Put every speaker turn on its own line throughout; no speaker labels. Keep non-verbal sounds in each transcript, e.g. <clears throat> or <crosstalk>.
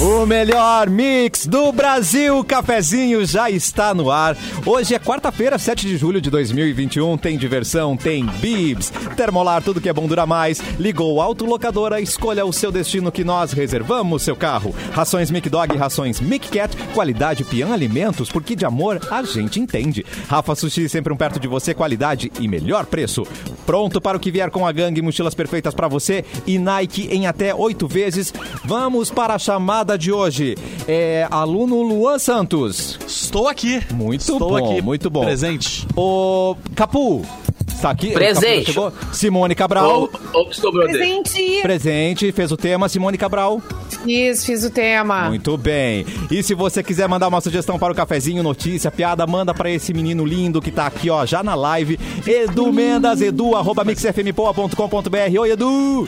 O melhor mix do Brasil, o cafezinho já está no ar. Hoje é quarta-feira, 7 de julho de 2021. Tem diversão, tem bibs, termolar, tudo que é bom dura mais. Ligou o autolocadora, escolha o seu destino que nós reservamos seu carro. Rações Mic Dog, rações Mic Cat, qualidade Pian Alimentos, porque de amor a gente entende. Rafa Sushi, sempre um perto de você, qualidade e melhor preço. Pronto para o que vier com a gangue, mochilas perfeitas para você e Nike em até oito vezes. Vamos para a chamada de hoje. É aluno Luan Santos.
Estou aqui.
Muito
Estou
bom,
aqui.
muito bom.
Presente.
O Capu. Está aqui?
Presente.
O Capu chegou. Simone Cabral.
estou, brother.
Presente.
Presente, fez o tema, Simone Cabral.
Fiz, fiz o tema.
Muito bem. E se você quiser mandar uma sugestão para o cafezinho, notícia, piada, manda para esse menino lindo que tá aqui, ó, já na live. Edu Mendas, edu, arroba mixfmpoa.com.br. Oi, Edu!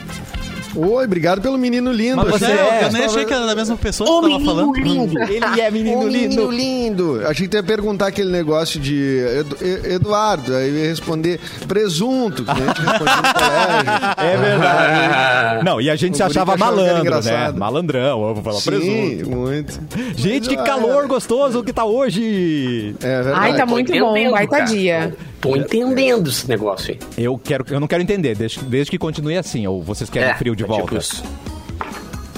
Oi, obrigado pelo menino lindo.
Mas você
Achei-
é,
eu nem achei que era da mesma pessoa que tava falando.
Ele é menino
Ô,
lindo.
menino lindo. Achei que tu ia perguntar aquele negócio de Edu- E- Eduardo, aí eu ia responder presunto, que a gente respondia no colégio.
É
<laughs>
verdade. Não, e a gente se
O guri
achava
que achava que era
malandro, né?
engraçado.
Malandrão, eu vou falar
Sim, é.
presunto.
muito.
Gente, que calor gostoso que tá hoje!
É verdade.
Ai, tá muito bom.
Entendendo,
Baita
cara.
dia.
Tô entendendo esse negócio aí.
Eu, quero, eu não quero entender, desde, desde que continue assim, ou vocês querem
É, um
frio de
tipo
volta.
isso.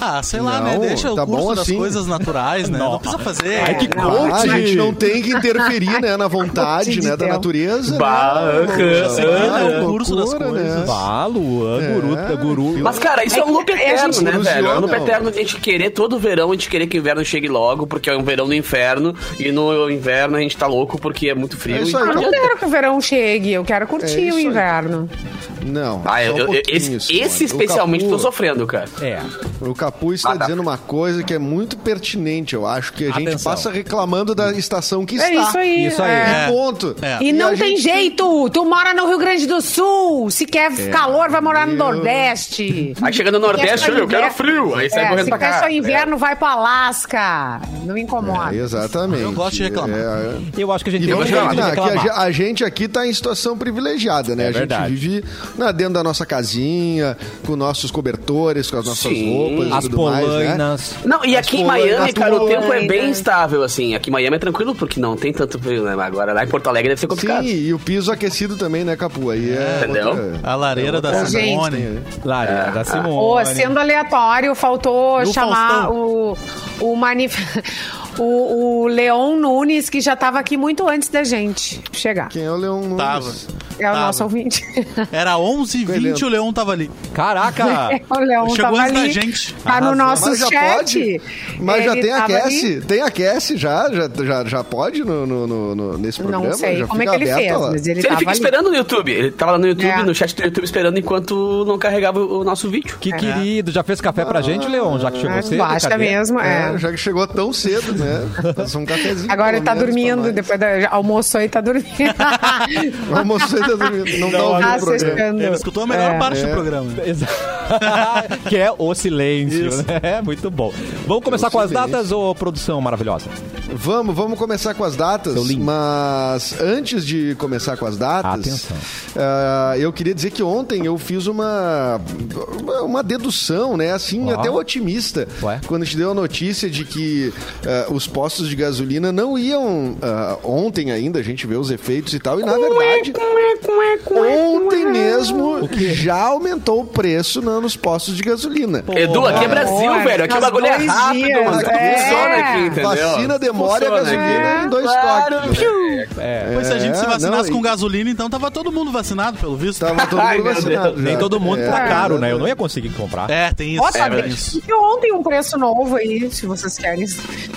Ah, sei lá,
Não,
né? Deixa o
tá
curso
bom
das
assim.
coisas naturais, né? Não,
Não.
precisa fazer.
Ai, que
Ah,
coach!
a gente não tem que interferir, né, na vontade,
Coach né?
né,
de
da
Deus.
natureza.
Bah, aham,
né? Ah,
aham. Curso das
loucura,
coisas.
né?
Bah, Luan, guru,
É,
guru.
Mas, cara, isso é, um loop
é, a
eterno,
gente
né,
ilusiona,
velho? É um loop
não.
eterno de a gente querer todo verão, a gente querer que o inverno chegue logo, porque é um verão do inferno, e no inverno a gente tá louco porque é muito frio.
É isso
e
aí,
Eu
não
não
adianta.
quero que o verão chegue. Eu quero
É
curtir
isso
o
aí.
inverno.
Não.
Ah,
só
eu-
um
eu-
pouquinho,
esse,
Simone.
esse
O
especialmente tô
Capu-
sofrendo, cara.
É.
O Capu está
Ah, tá.
dizendo uma coisa que é muito pertinente, eu acho, que a gente
Atenção.
passa reclamando da estação que está.
É isso aí.
Isso aí.
é.
É.
Ponto.
É.
E,
E
não
a
tem
gente-
jeito! Tu mora no Rio Grande do Sul! Se quer
É.
calor, vai morar no
Meu-
Nordeste!
Aí chegando no Nordeste, eu quero frio. Aí sai
É,
correndo
se
pra
quer
cá.
só inverno, vai pra Alasca! Não me incomoda.
É, exatamente.
Eu gosto de reclamar.
É,
Eu acho que a gente
E
tem
vamos
que
reclamar.
combinar que a,
reclamar.
ge- a gente aqui tá em situação privilegiada, né?
É
a gente
verdade.
vive na, dentro da nossa casinha, com nossos cobertores, com as nossas
Sim.
roupas e
As
tudo mais, né?
polainas.
Não, e
As
aqui em
polainas
Miami,
na
cara, o
tua
tempo é
ainda.
bem estável, assim. Aqui em Miami é tranquilo porque não tem tanto frio, né? Mas Agora lá em Porto Alegre deve ser complicado.
Sim, e o piso aquecido também, né, Capu? Aí é
Entendeu?
outra-
A
É
lareira da
Gente.
Simone.
Lara, da Simone.
Ô, sendo aleatório, faltou
No
chamar
Faustão.
o, o, manif... <laughs> o, o Leon Nunes, que já tava aqui muito antes da gente chegar.
Quem é o Leão Nunes?
Tava.
É o
Tava.
nosso ouvinte. <laughs>
Era 11h20
Beleza.
o Leão tava ali.
<laughs>
Caraca!
o Leon
Chegou
tava
antes da
um ali,
gente.
Tá
Arrasou.
no nosso
Mas já
chat.
pode? Mas já
Ele
tem a
tava
Cassie?
ali.
Tem a Cassie já? Já, já, já pode no, no- no- no- nesse programa?
Não sei
já
como é que
fica
ele
aberto
fez,
lá.
mas ele
Se ele
tava
fica
ali.
esperando no YouTube, ele tava lá no YouTube,
É.
no chat do YouTube, esperando enquanto não carregava o o nosso vídeo.
É.
Que querido, já fez café pra gente, Leon? Já que
Ah,
chegou cedo?
Basta
cadê?
Ah, mesmo, é.
É, já que chegou tão cedo, né? Passou um cafezinho.
Agora
pelo
ele tá
menos, pra
dormindo,
nós.
depois da, já almoçou e tá
<laughs>
dormindo.
O almoço ainda tá dormindo. Não,
Não,
Ah,
tá ouvindo o programa.
Assustando.
Ele escutou a melhor
É.
parte do
É.
programa.
Exa- <laughs> que é o silêncio, né? <laughs> Muito bom. Vamos começar
O
com as
silêncio.
datas, ô produção maravilhosa?
Vamos, vamos começar com as datas.
Seu lindo.
Mas antes de começar com as datas,
Atenção.
ah, eu queria dizer que ontem eu fiz uma uma dedução, né? Assim,
Ó.
até otimista,
Ué?
quando te deu a notícia de que ah, os postos de gasolina não iam ah, ontem ainda. A gente vê os efeitos e tal. E na verdade,
tá
ontem mesmo já aumentou o preço na- nos postos de gasolina.
Edu, aqui é
cara.
Brasil,
Boa,
velho. Aqui o
faz
bagulho é
dois
rápido,
dias,
mano.
é.
Funciona aqui, entendeu?
Vacina demora e a
Funciona
gasolina
aqui.
em dois
claro.
toques, né?
Depois se a gente se
É,
vacinasse
não,
com
e-
gasolina, então tava todo mundo vacinado, pelo visto.
Tava todo
Ai,
mundo
meu
vacinado.
Deus.
já.
Nem todo mundo
É,
tá
é,
caro, né? Eu
é.
não ia conseguir comprar.
<laughs> É, tem isso.
Ó, tá
tem
bem.
isso.
E ontem um preço novo aí, se vocês querem.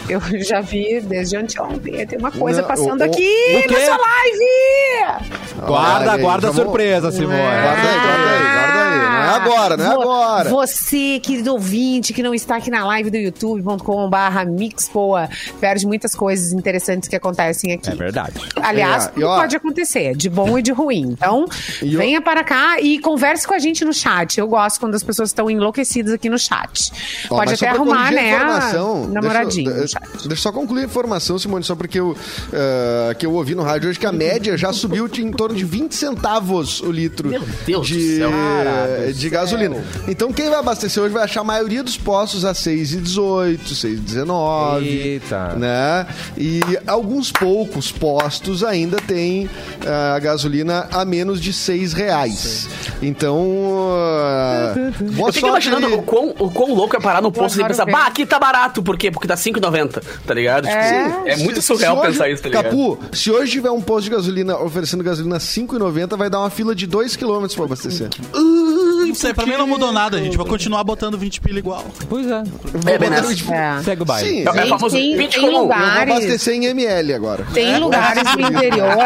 Eu já vi desde anteontem. Tem uma coisa
Não,
passando
o- o-
aqui
o quê?
nessa live!
Olha
Guarda,
aí,
guarda a
vamos- É.
surpresa, Simone.
Guarda aí, guarda aí, guarda aí. Não é agora, não é
Ah, Vo-
agora.
Você, querido ouvinte, que não está aqui na live do youtube.com/barra mixpoa, perde muitas coisas interessantes que acontecem aqui.
É verdade.
Aliás,
É,
tudo
e ó-
pode acontecer, de bom e de ruim. Então,
E eu-
venha para cá e converse com a gente no chat. Eu gosto quando as pessoas estão enlouquecidas aqui no chat.
Ó,
pode
mas só
até
pra
arrumar,
corrigir a
né?
informação,
a
deixa eu-
Namoradinho. no
Deixa,
chat.
eu só concluir a informação, Simone, só porque eu, eh, que eu ouvi no rádio hoje que a média já subiu de em torno de 20 centavos o litro
Meu Deus do
de,
céu.
eh, de gasolina. Então quem vai abastecer hoje vai achar a maioria dos postos a 6,18, 6,19.
Eita.
Né? E alguns poucos postos ainda têm ah, a gasolina a menos de 6 reais. Então. ah, boa
Eu fico
sorte
imaginando
aí.
o quão, o quão louco é parar no posto e
adoro
pensar,
ver.
bah, aqui tá barato, por quê? Porque tá 5,90, tá ligado? Tipo,
É.
é muito
Se-
surreal
se hoje-
pensar isso, tá ligado?
Capu, se hoje tiver um posto de gasolina oferecendo gasolina 5,90, vai dar uma fila de 2 km pra abastecer.
Não sei, pra mim não mudou nada, gente. Vou continuar botando 20 pila igual.
Pois é.
É, bem nessa.
É.
Segue o baile.
Sim,
É,
eu
é famoso né?
tem-
Bitcoin.
tem lugar-
tipo, vou
Ares.
abastecer em ML agora. É,
Tem lugares no
<laughs>
interior.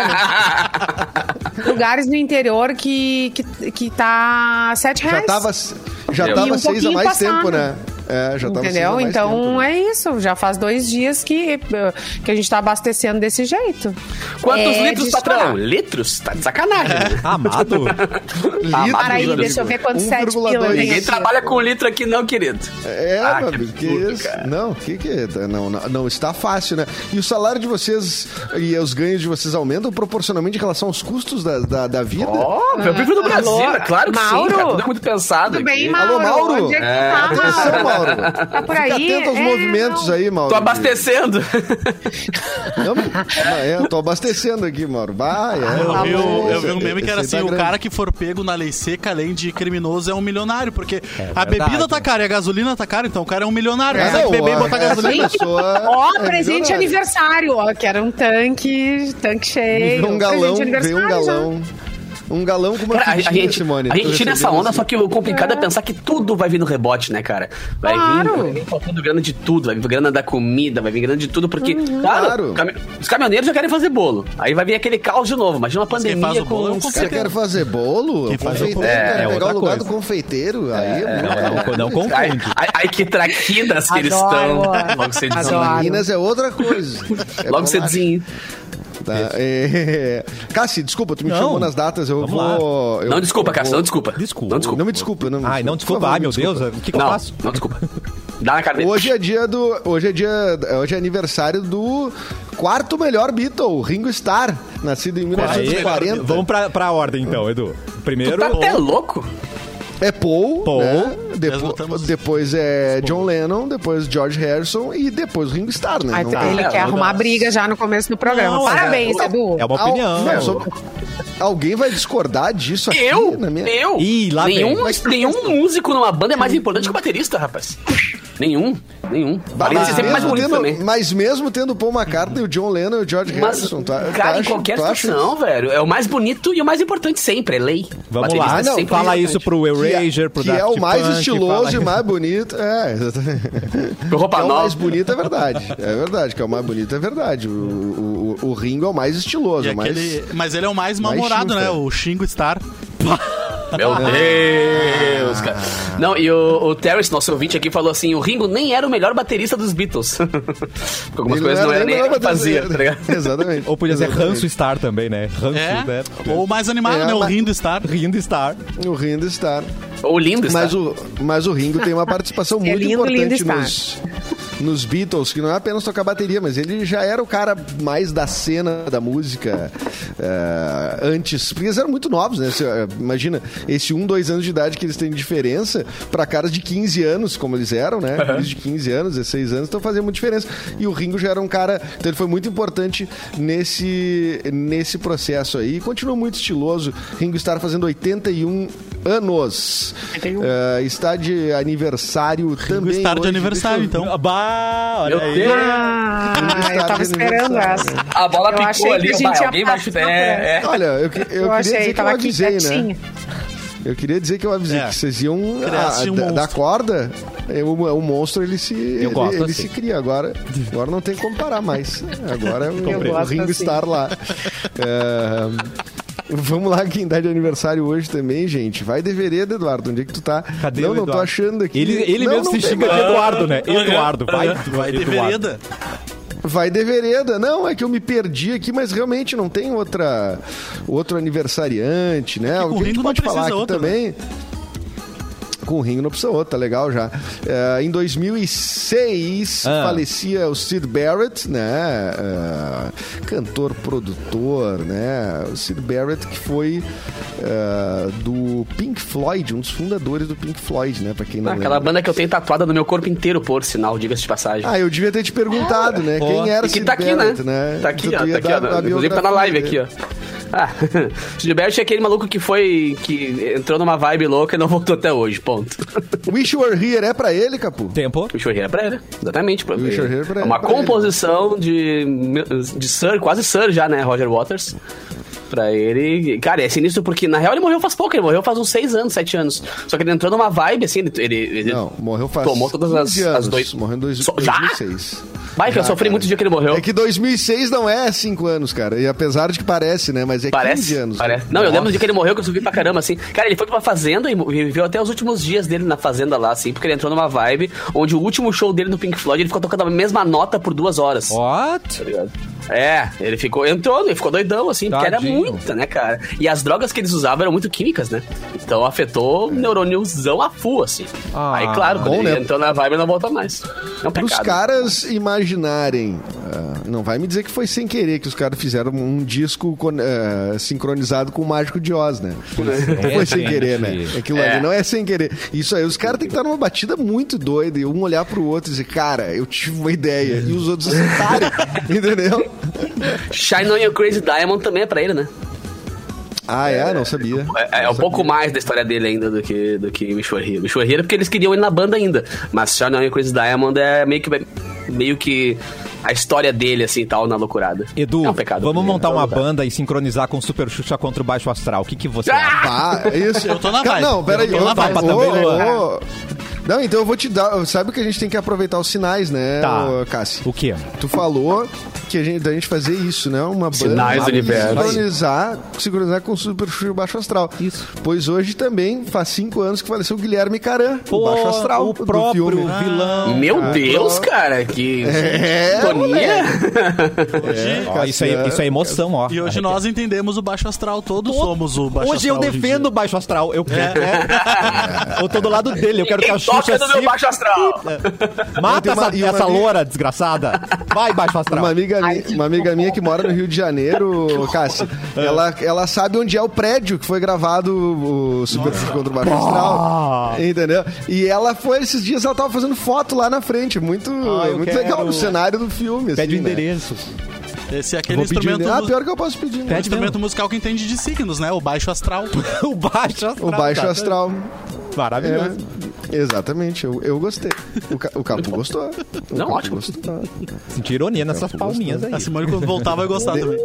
lugares no interior que, que, que tá R$ 7
Já
reais.
tava, já
E
tava
um
seis a
pouquinho
mais
passado.
tempo, né? É, já tava seis a
Entendeu?
mais
Então
tempo, né?
é isso. Já faz dois dias que, que a gente tá abastecendo desse jeito.
Quantos
É
litros,
de
patrão?
estourar.
Litros? Tá de sacanagem. né?
<laughs>
Amado?
Litro,
é Para aí,
Litros,
deixa eu ver quantos 7 pila
1,2.
tem.
Ninguém
aqui.
trabalha com um litro aqui não, querido.
É,
Ah,
meu
que
amigo, que
absurdo,
isso?
cara.
Não, que que não, não, não está fácil, né? E o salário de vocês e os ganhos de vocês aumentam proporcionalmente em relação aos custos da, da, da vida?
Ó, meu vivo do Brasil,
Alô,
é claro que sim,
Mauro?
cara, tudo é muito pensado
Tudo bem,
aqui.
Mauro?
Alô, Mauro?
Onde é que tá,
Atenção,
Mauro?
Mauro.
Tá por
Fica
aí?
atento aos
É,
movimentos
não.
aí, Mauro.
Tô abastecendo.
Não, não, é, tô abastecendo aqui, Mauro. Vai, é.
Eu vi, um- eu vi um
Esse-
meme que era
esse
assim:
tá
o
grande.
cara que for pego na lei seca, além de criminoso, é um milionário. Porque a
verdade.
bebida tá cara e a gasolina tá cara, então o cara é um milionário.
É,
Mas aí
não,
beber e
a-
botar
essa
gasolina.
pessoa
Ó,
é
presente de
milionária.
aniversário, ó, que era um tanque, tanque cheio.
um galão,
presente de
veio um
aniversário já.
galão. Um galão com uma
Cara, a, a
fitinha,
gente,
Simone. tá
a
Tu
gente tira
recebeu
essa onda,
isso?
só que o complicado é pensar que tudo vai vir no rebote, né, cara? Vai
Claro.
vir, vai vir faltando grana de tudo, vai vir grana da comida, vai vir grana de tudo, porque,
Uhum.
claro,
Claro.
cami- os caminhoneiros já querem fazer bolo. Aí vai vir aquele caos de novo. Imagina uma
quem faz
pandemia
o bolo é
com
o
os
Você quer fazer bolo?
Quem faz o
Confeiteiro,
bolo.
quer
É, é
pegar
outra
o
coisa.
lugar do confeiteiro. Aí é, muito
Não, não, não
Ai,
confunde.
ai, ai, que traquinas que eles estão.
Adoro.
Logo cedinho.
Adoro.
Minas é outra coisa. É
Logo
bolacha.
cedinho.
Tá, é, <laughs> é. Cassi, desculpa, tu me
Não.
chamou nas datas, eu
Vamos
vou... eu
Não desculpa, Cássio,
vou-
não desculpa.
Desculpa.
Não desculpa.
Não me desculpa. Não,
Ai, não,
por
desculpa.
favor,
Ai,
me
meu
desculpa.
Deus, o que, que eu
Não,
faço?
não desculpa. Dá na cara dele.
Hoje é dia do. Hoje é dia. Hoje é aniversário do quarto melhor Beatle, Ringo Starr, nascido em
Aí,
1940.
vamos pra, pra ordem então, Edu.
Tu
Primeiro.
tá até louco?
É Paul,
Paul.
né? Depo-
Nós votamos.
depois é John Lennon, depois George Harrison e depois Ringo Starr, né?
Ai, tá.
Não-
Ah, ele
é,
quer
não
arrumar
dá.
briga já no começo do programa.
Não,
Parabéns, Edu.
É uma
Al-
opinião.
Não, só- Alguém vai discordar disso aqui?
Eu?
na minha-
Eu?
Ih, lá vem.
nenhum, nenhum músico numa banda é mais importante que o baterista, rapaz. Nenhum, nenhum. Além de ser sempre mais
mesmo
bonito
tendo,
também.
mas mesmo tendo Paul McCartney, o John Lennon e o George
Mas,
Harrison, tá?
cara, em qualquer situação, velho, é o mais bonito e o mais importante sempre, é lei.
Vamos
Baterista
lá.
é
não,
sempre
Ah, Fala
importante.
isso pro Erasure, pro
né? que
Daft
é o mais
Punk,
estiloso e
fala-
mais bonito. É, exatamente.
Pro <laughs> Roupa
Que é o
Nova.
mais bonito é verdade. É verdade, que é o mais bonito é verdade. O, o, o- o Ringo é o mais estiloso.
E
é o mais-
aquele- Mas ele é o mais mal-humorado,
chifre.
né? O Xingo Star.
Meu Deus, cara. Não, e o, o Terence, nosso ouvinte aqui, falou assim: o Ringo nem era o melhor baterista dos Beatles. <laughs> Porque algumas
Ele
coisas não era
nem
nem ele que
nova
fazia,
desenho.
tá ligado?
<laughs> Exatamente.
<laughs> Ou podia ser
é Exatamente.
Ranço Star também, né? Ranço, né?
É. Ou o mais animado,
É,
né? O
mas-
Rindo Star.
Rindo Star.
O Ringo está.
Ou lindo,
Mas
está.
o, mas o Ringo tem uma participação
É
muito
lindo, lindo
importante
está.
nos, nos Beatles, que não é apenas tocar bateria, mas ele já era o cara mais da cena da música eh, antes. Porque eles eram muito novos, né? Você, eh, imagina, esse um, dois anos de idade que eles têm de diferença para caras de 15 anos, como eles eram, né? Eles de 15 anos, 16 anos, então fazia muita diferença. E o Ringo já era um cara. Então ele foi muito importante nesse, nesse processo aí. Continua muito estiloso. Ringo Starr fazendo 81 anos. Eh, está de aniversário também.
Star de
hoje.
aniversário,
Deixa eu-
então.
Bah, olha
Meu
aí.
Deus.
Ah, eu tava esperando essa.
A bola
Eu
picou
achei
ali,
que a
ó,
gente
vai,
ia
alguém vai
passar
chutar.
por
É, é.
Olha, eu, que- eu
Eu,
queria
achei,
dizer que eu
tava aqui
avisei, né?
quietinha.
Eu queria dizer que eu avisei
É.
que vocês iam
Criasse
ah,
um
da- da,
monstro.
corda. é, O, o monstro ele se ele,
gosto
ele
assim.
se cria agora. Agora não tem como parar mais. Agora é o, o
gosto
Ringo
assim.
Starr lá. É, Vamos lá, quem dá de aniversário hoje também, gente. Vai de vereda, Eduardo. Onde é que tu tá?
Cadê
não,
o
não tô
Eduardo?
achando aqui.
Ele, ele
Não,
mesmo se
não tem
xinga
mais.
de Eduardo, né? Eduardo, vai.
Vai ter
Eduardo.
vereda.
Vai de vereda. Não, é que eu me perdi aqui, mas realmente não tem outra outro aniversariante, né?
o
Alguém
Ringo
que
não
pode
precisa
falar aqui
outro, né?
também. com o ringue não precisa outro, tá legal já. É, em 2006,
Ah.
falecia o Sid Barrett, né? é, cantor, produtor, né? O Sid Barrett que foi é, do Pink Floyd, um dos fundadores do Pink Floyd, né? Pra quem não
Aquela
lembra.
banda que eu tenho tatuada no meu corpo inteiro, por sinal, diga-se de passagem.
Ah, eu devia ter te perguntado, né?
pô.
Quem era
e que
Sid
tá aqui,
Barrett,
né?
né?
Tá aqui,
Tu-
ó.
tu
Tá
ia
aqui,
dar
ó.
a
Inclusive tá na
biografia
live aqui,
dele.
ó. Ah, <laughs> Gilberto é aquele maluco que foi. que entrou numa vibe louca e não voltou até hoje, ponto. <laughs>
Wish You Were Here é pra ele, Capu?
Tempo.
O Chorreira pra ele, exatamente. Pra,
O Chorreira pra
é
ele,
uma
pra
composição de, de Sir, quase Sir já, né? Roger Waters. Pra ele. Cara, é sinistro porque na real ele morreu faz pouco, ele morreu faz uns 6 anos, 7 anos. Só que ele entrou numa vibe assim, ele. ele, ele-
Não, morreu faz
Tomou todas as,
15
as
anos.
dois.
Morreu em dois,
So- já?
2006.
Vai, que eu
Já,
sofri
cara.
muito o dia que ele morreu.
É que 2006 não é 5 anos, cara. E apesar de que parece, né? Mas é
Parece.
15 anos.
parece. Não, eu lembro de que ele morreu, que eu subi pra caramba, assim. Cara, ele foi pra uma fazenda e viveu até os últimos dias dele na fazenda lá, assim, porque ele entrou numa vibe onde o último show dele no Pink Floyd, ele ficou tocando a mesma nota por duas horas. Tá
What?
É, ele ficou, entrou, ele ficou doidão, assim, porque era
Tadinho.
muita, né, cara? E as drogas que eles usavam eram muito químicas, né? Então afetou o neurôniozão a full, assim.
Ah,
Aí, claro, quando
É. bom,
ele
né?
entrou na vibe, ele não volta mais. É um
Para os
pecado.
caras imaginarem, ah, não vai me dizer que foi sem querer que os caras fizeram um disco con- ah, sincronizado com o Mágico de Oz, né? Não foi sem
gente.
querer, né? Aquilo
É.
ali não é sem querer. Isso aí, os caras têm que estar numa batida muito doida e um olhar pro outro e dizer, cara, eu tive uma ideia. E os outros aceitarem, <laughs> entendeu?
Shine on Your Crazy Diamond também é pra ele, né?
Ah, é? Não sabia.
É, é um pouco mais da história dele ainda do que, do que Mishwahira. Mishwahira porque eles queriam ele na banda ainda. Mas Shine on Your Crazy Diamond é meio que, meio que a história dele, assim, tal, na loucurada.
Edu,
é um pecado.
vamos montar
É um
uma
pecado.
banda e sincronizar com Super Xuxa contra o Baixo Astral. O que, que você acha?
Pá, é isso.
Eu tô na vibe.
Não, peraí.
Eu tô na
opa,
vibe
ô,
também, né?
ô. Não, então eu vou te dar. Sabe que a gente tem que aproveitar os sinais, né,
Tá.
ô, Cássio?
O quê?
Tu falou que a gente, da gente fazer isso, né? Uma banda
Sinais do
e
universo.
sincronizar, sincronizar com o Super Frio Baixo Astral.
Isso.
Pois hoje também faz cinco anos que faleceu o Guilherme Caran, o
Pô,
Baixo Astral
o
do
próprio
filme.
vilão.
Meu
Ah,
Deus,
pronto.
cara, que
É,
sintonia.
Hoje,
Ah,
Ó, isso, aí, isso é emoção, ó.
E hoje
Arrepia.
é.
nós entendemos o baixo astral, todos somos o baixo
Hoje
astral. É.
eu defendo o Baixo Astral. Eu quero. né? Eu tô do lado dele. Eu quero que a
Quem
Xuxa
toca no meu
se...
baixo astral.
Mata
E uma-
essa,
e uma
essa
amiga-
loura desgraçada. Vai, Baixo Astral.
Uma amiga, minha, uma amiga minha que mora no Rio
<laughs>
de Janeiro, Cássio, ela, ela sabe onde é o prédio que foi gravado o Super Nossa. contra o Baixo Astral. Entendeu? E ela foi esses dias, ela tava fazendo foto lá na frente. Muito,
Ah, eu
muito
quero.
legal no cenário do filme.
Pede o
assim, né?
endereço.
Esse é aquele
Vou pedir o
instrumento,
endereço. Ah,
mu-
pior que eu posso pedir.
um
Né?
Pede
instrumento
mesmo.
musical que entende de signos, né? O baixo
<laughs>
astral.
<laughs> O Baixo Astral.
O Baixo
tá?
Astral.
Maravilhoso.
É, exatamente, eu, eu gostei. O, Ca- o Capu gostou. O
Não,
Capu
ótimo.
Gostou.
Senti ironia nessas palminhas aí.
A Simone, quando voltar, vai gostar também.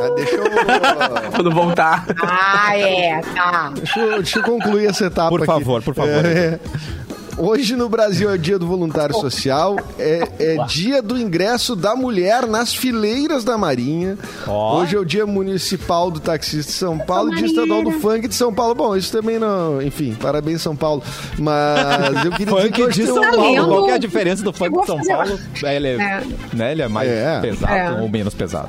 Ah, deixa, eu,
Quando voltar.
Ah, é, tá.
deixa, eu, deixa eu concluir essa etapa
Por
aqui.
favor, por favor.
É, Hoje no Brasil é dia do voluntário social, é, é dia do ingresso da mulher nas fileiras da Marinha.
Ó.
Hoje é o dia municipal do taxista de São Paulo e dia estadual do funk de São Paulo. Bom, isso também não. Enfim, parabéns, São Paulo. Mas eu queria dizer
Funk
que hoje
de
tem um
São
tá
Paulo.
lendo?
Qual que é a diferença do funk
Chegou
de
a
São
fazer-
Paulo? É, Ele é,
É.
Né, ele é mais
É.
pesado
É.
ou menos pesado.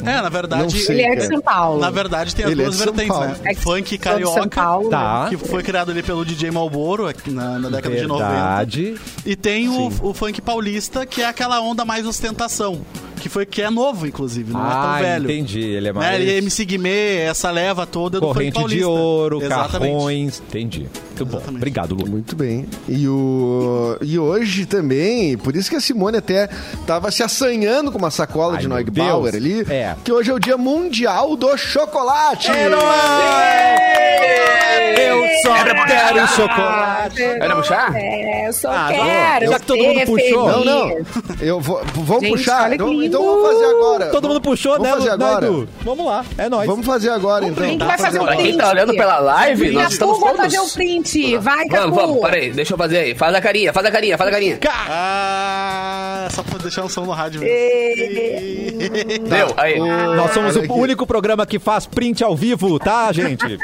É, na
Não
verdade.
sei.
Ele é de São Paulo.
Na verdade, tem as
Ele é
duas
de São
vertentes,
Paulo.
né?
É
O
que
Funk
sou de São
carioca,
Paulo, né?
Tá.
que foi criado ali pelo DJ Malboro aqui na, na década de 90.
Verdade.
E tem o, o funk paulista, que é aquela onda mais ostentação. Que foi que é novo, inclusive, não é
Ah,
tão velho.
entendi. Ele é mais...
Né? E MC Guimê, essa leva toda é do funk
Corrente
paulista.
de ouro,
Exatamente.
carrões. Entendi. Muito bom.
Exatamente.
Obrigado, Lu.
Muito bem. E, o... e hoje também, por isso que a Simone até tava se assanhando com uma sacola
Ai,
de
meu
Neugbauer
Deus.
ali,
É.
que hoje é o Dia Mundial do Chocolate.
Eu só quero chocolate.
Era puxar?
É, eu só
Ah, não.
quero.
Já que todo mundo
ser
puxou.
Não,
feliz.
não. Eu vou, vamos
Gente,
puxar.
olha que
Então,
lindo.
então vamos fazer agora.
Todo mundo puxou,
vamos
né,
fazer
Lu- né,
agora.
Edu? Vamos lá. É nóis.
Vamos fazer agora, então.
Quem que vai fazer o
Pra quem
print?
tá olhando pela live,
Capu,
nós estamos
vai
todos.
fazer o print. Vai, é Capu.
Vamos, vamos, peraí, deixa eu fazer aí. Faz a carinha, faz a carinha, faz a carinha.
Ah, só pra deixar o som no rádio. mesmo.
Deu, aí.
Nós somos
Olha
o
aqui.
único programa que faz print ao vivo, tá, gente?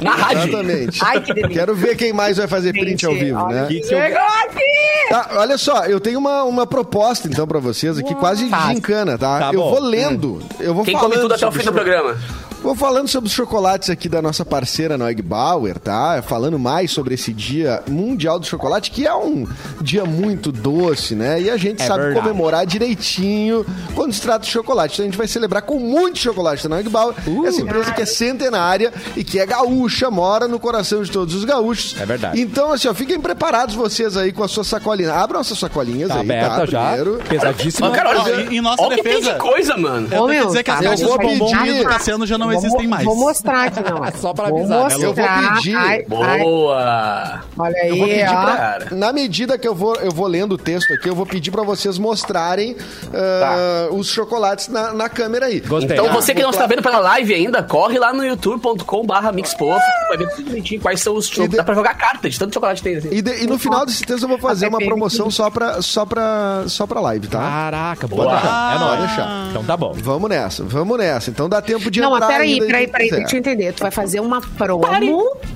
Na rádio.
Exatamente.
Ai, que delícia.
Quero ver quem mais vai fazer print
Gente,
ao vivo,
olha
né?
que que eu-
Chegou aqui!
Tá, olha só, eu tenho uma, uma proposta então pra vocês aqui, quase de
Faz.
gincana, tá?
Tá
eu
bom.
vou lendo, eu vou
Quem
falando.
come tudo até o fim
sobre
do
isso.
programa?
Vou falando sobre os chocolates aqui da nossa parceira Noeg Bauer, tá? Falando mais sobre esse dia mundial do chocolate, que é um dia muito doce, né? E a gente
É
sabe
verdade.
comemorar direitinho quando se trata de chocolate. Então a gente vai celebrar com muito chocolate da Noeg Bauer,
Uh!
essa empresa que é centenária e que é gaúcha, mora no coração de todos os gaúchos.
É verdade.
Então, assim, ó, fiquem preparados vocês aí com a sua sacolinha. Abram essas sacolinhas
Tá
aí, tá?
aberta já.
Primeiro.
Pesadíssima.
Mas, cara, olha,
Ó, em- em nossa
olha o que tem
defesa-
de coisa, mano.
Eu tenho
Ô,
que
meu,
dizer que as
tá,
coisas
eu vou
bombom
pedir-
do Cassiano já não
Vou
existem
mo-
mais.
Vou mostrar aqui, não. é.
Só pra
Vou
avisar, né, Lu?
Eu vou
mostrar.
pedir.
Ai, ai,
Boa!
olha
Eu vou
aí,
pedir
ó.
pra-
Cara.
na medida que eu vou, eu vou lendo o texto aqui, eu vou pedir pra vocês mostrarem ah, os chocolates na, na câmera aí.
Gostei.
Então
Ah,
você que não está vendo pela live ainda, corre lá no youtube.com/barra mixpo, vai ver tudo direitinho quais são os
E de-
chocolates. Dá pra jogar carta de tanto chocolate que tem. Assim.
E, de- e no final desse texto eu vou fazer
A
uma
PP.
promoção só pra, só pra, só pra live, tá?
Ah.
Caraca, boa.
deixar,
É nóis.
pode deixar.
Então tá bom.
Vamos nessa, vamos nessa. Então dá tempo de
Não, mas
entrar
peraí,
ainda e
peraí,
quem
peraí,
quiser.
deixa eu entender. Tu vai fazer uma promo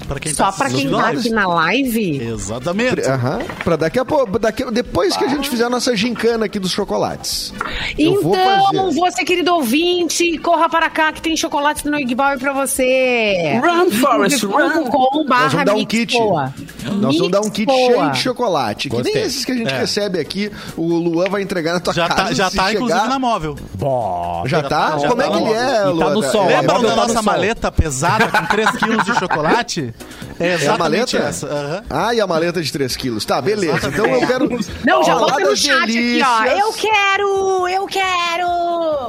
Pra quem tá
só pra quem
assistindo
tá
live.
aqui na live?
Exatamente. tá,
Aham, pra daqui a pouco, daqui, depois que a gente fizer a nossa gincana aqui dos chocolates. Eu vou
Então,
fazer.
você, querido ouvinte, corra para cá que tem chocolate do Noig Bauer pra você.
Run, Forrest, run!
Com
Nós
barra
vamos dar um kit. Nós vamos dar um kit cheio de chocolate. Que
Gostei.
nem esses que a gente
É.
recebe aqui, o Luan vai entregar na tua
Já
casa.
tá, já
se
tá
chegar-
inclusive na móvel.
Bom.
Já tá?
já
Como
tá
é que
no-
ele é,
e tá
Luan?
no sol.
É,
Lembra
Lembram
botar
da
no
nossa
sol.
maleta pesada com 3 quilos de chocolate? É
é a
exatamente
maleta?
essa. Aham.
Ah, e a maleta de 3 quilos. Tá, beleza. Então eu quero.
Não, já
Ó, lá
bota no
das
chat aqui, ó.
delícias.
Eu quero, eu quero.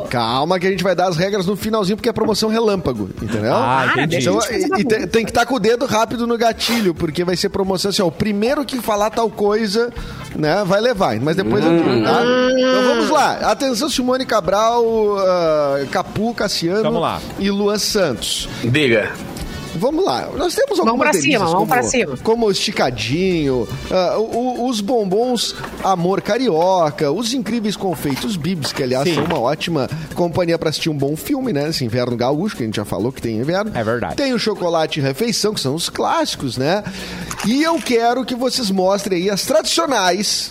Calma que a gente vai dar as regras no finalzinho, porque é promoção relâmpago, entendeu?
Ah,
Cara,
entendi.
deixa eu-
Então,
gente fazer
e- e te-
bagunça.
tem que estar com o dedo rápido no gatilho, porque vai ser promoção assim, ó. O primeiro que falar tal coisa, né, vai levar. Mas depois eu
Hum.
digo, tá? Então vamos lá. Atenção, Simone Cabral, ah, Capu, Cassiano
Vamos lá.
e Luan Santos.
Diga.
Vamos lá. Nós temos algumas
pra cima,
delícias
vamos
como,
pra cima.
Como esticadinho, ah, o- o- os bombons Amor Carioca, os incríveis confeitos Bibs, que aliás
Sim.
são uma ótima companhia pra assistir um bom filme, né? Esse inverno gaúcho, que a gente já falou que tem inverno.
É verdade.
Tem o chocolate e refeição, que são os clássicos, né? E eu quero que vocês mostrem aí as tradicionais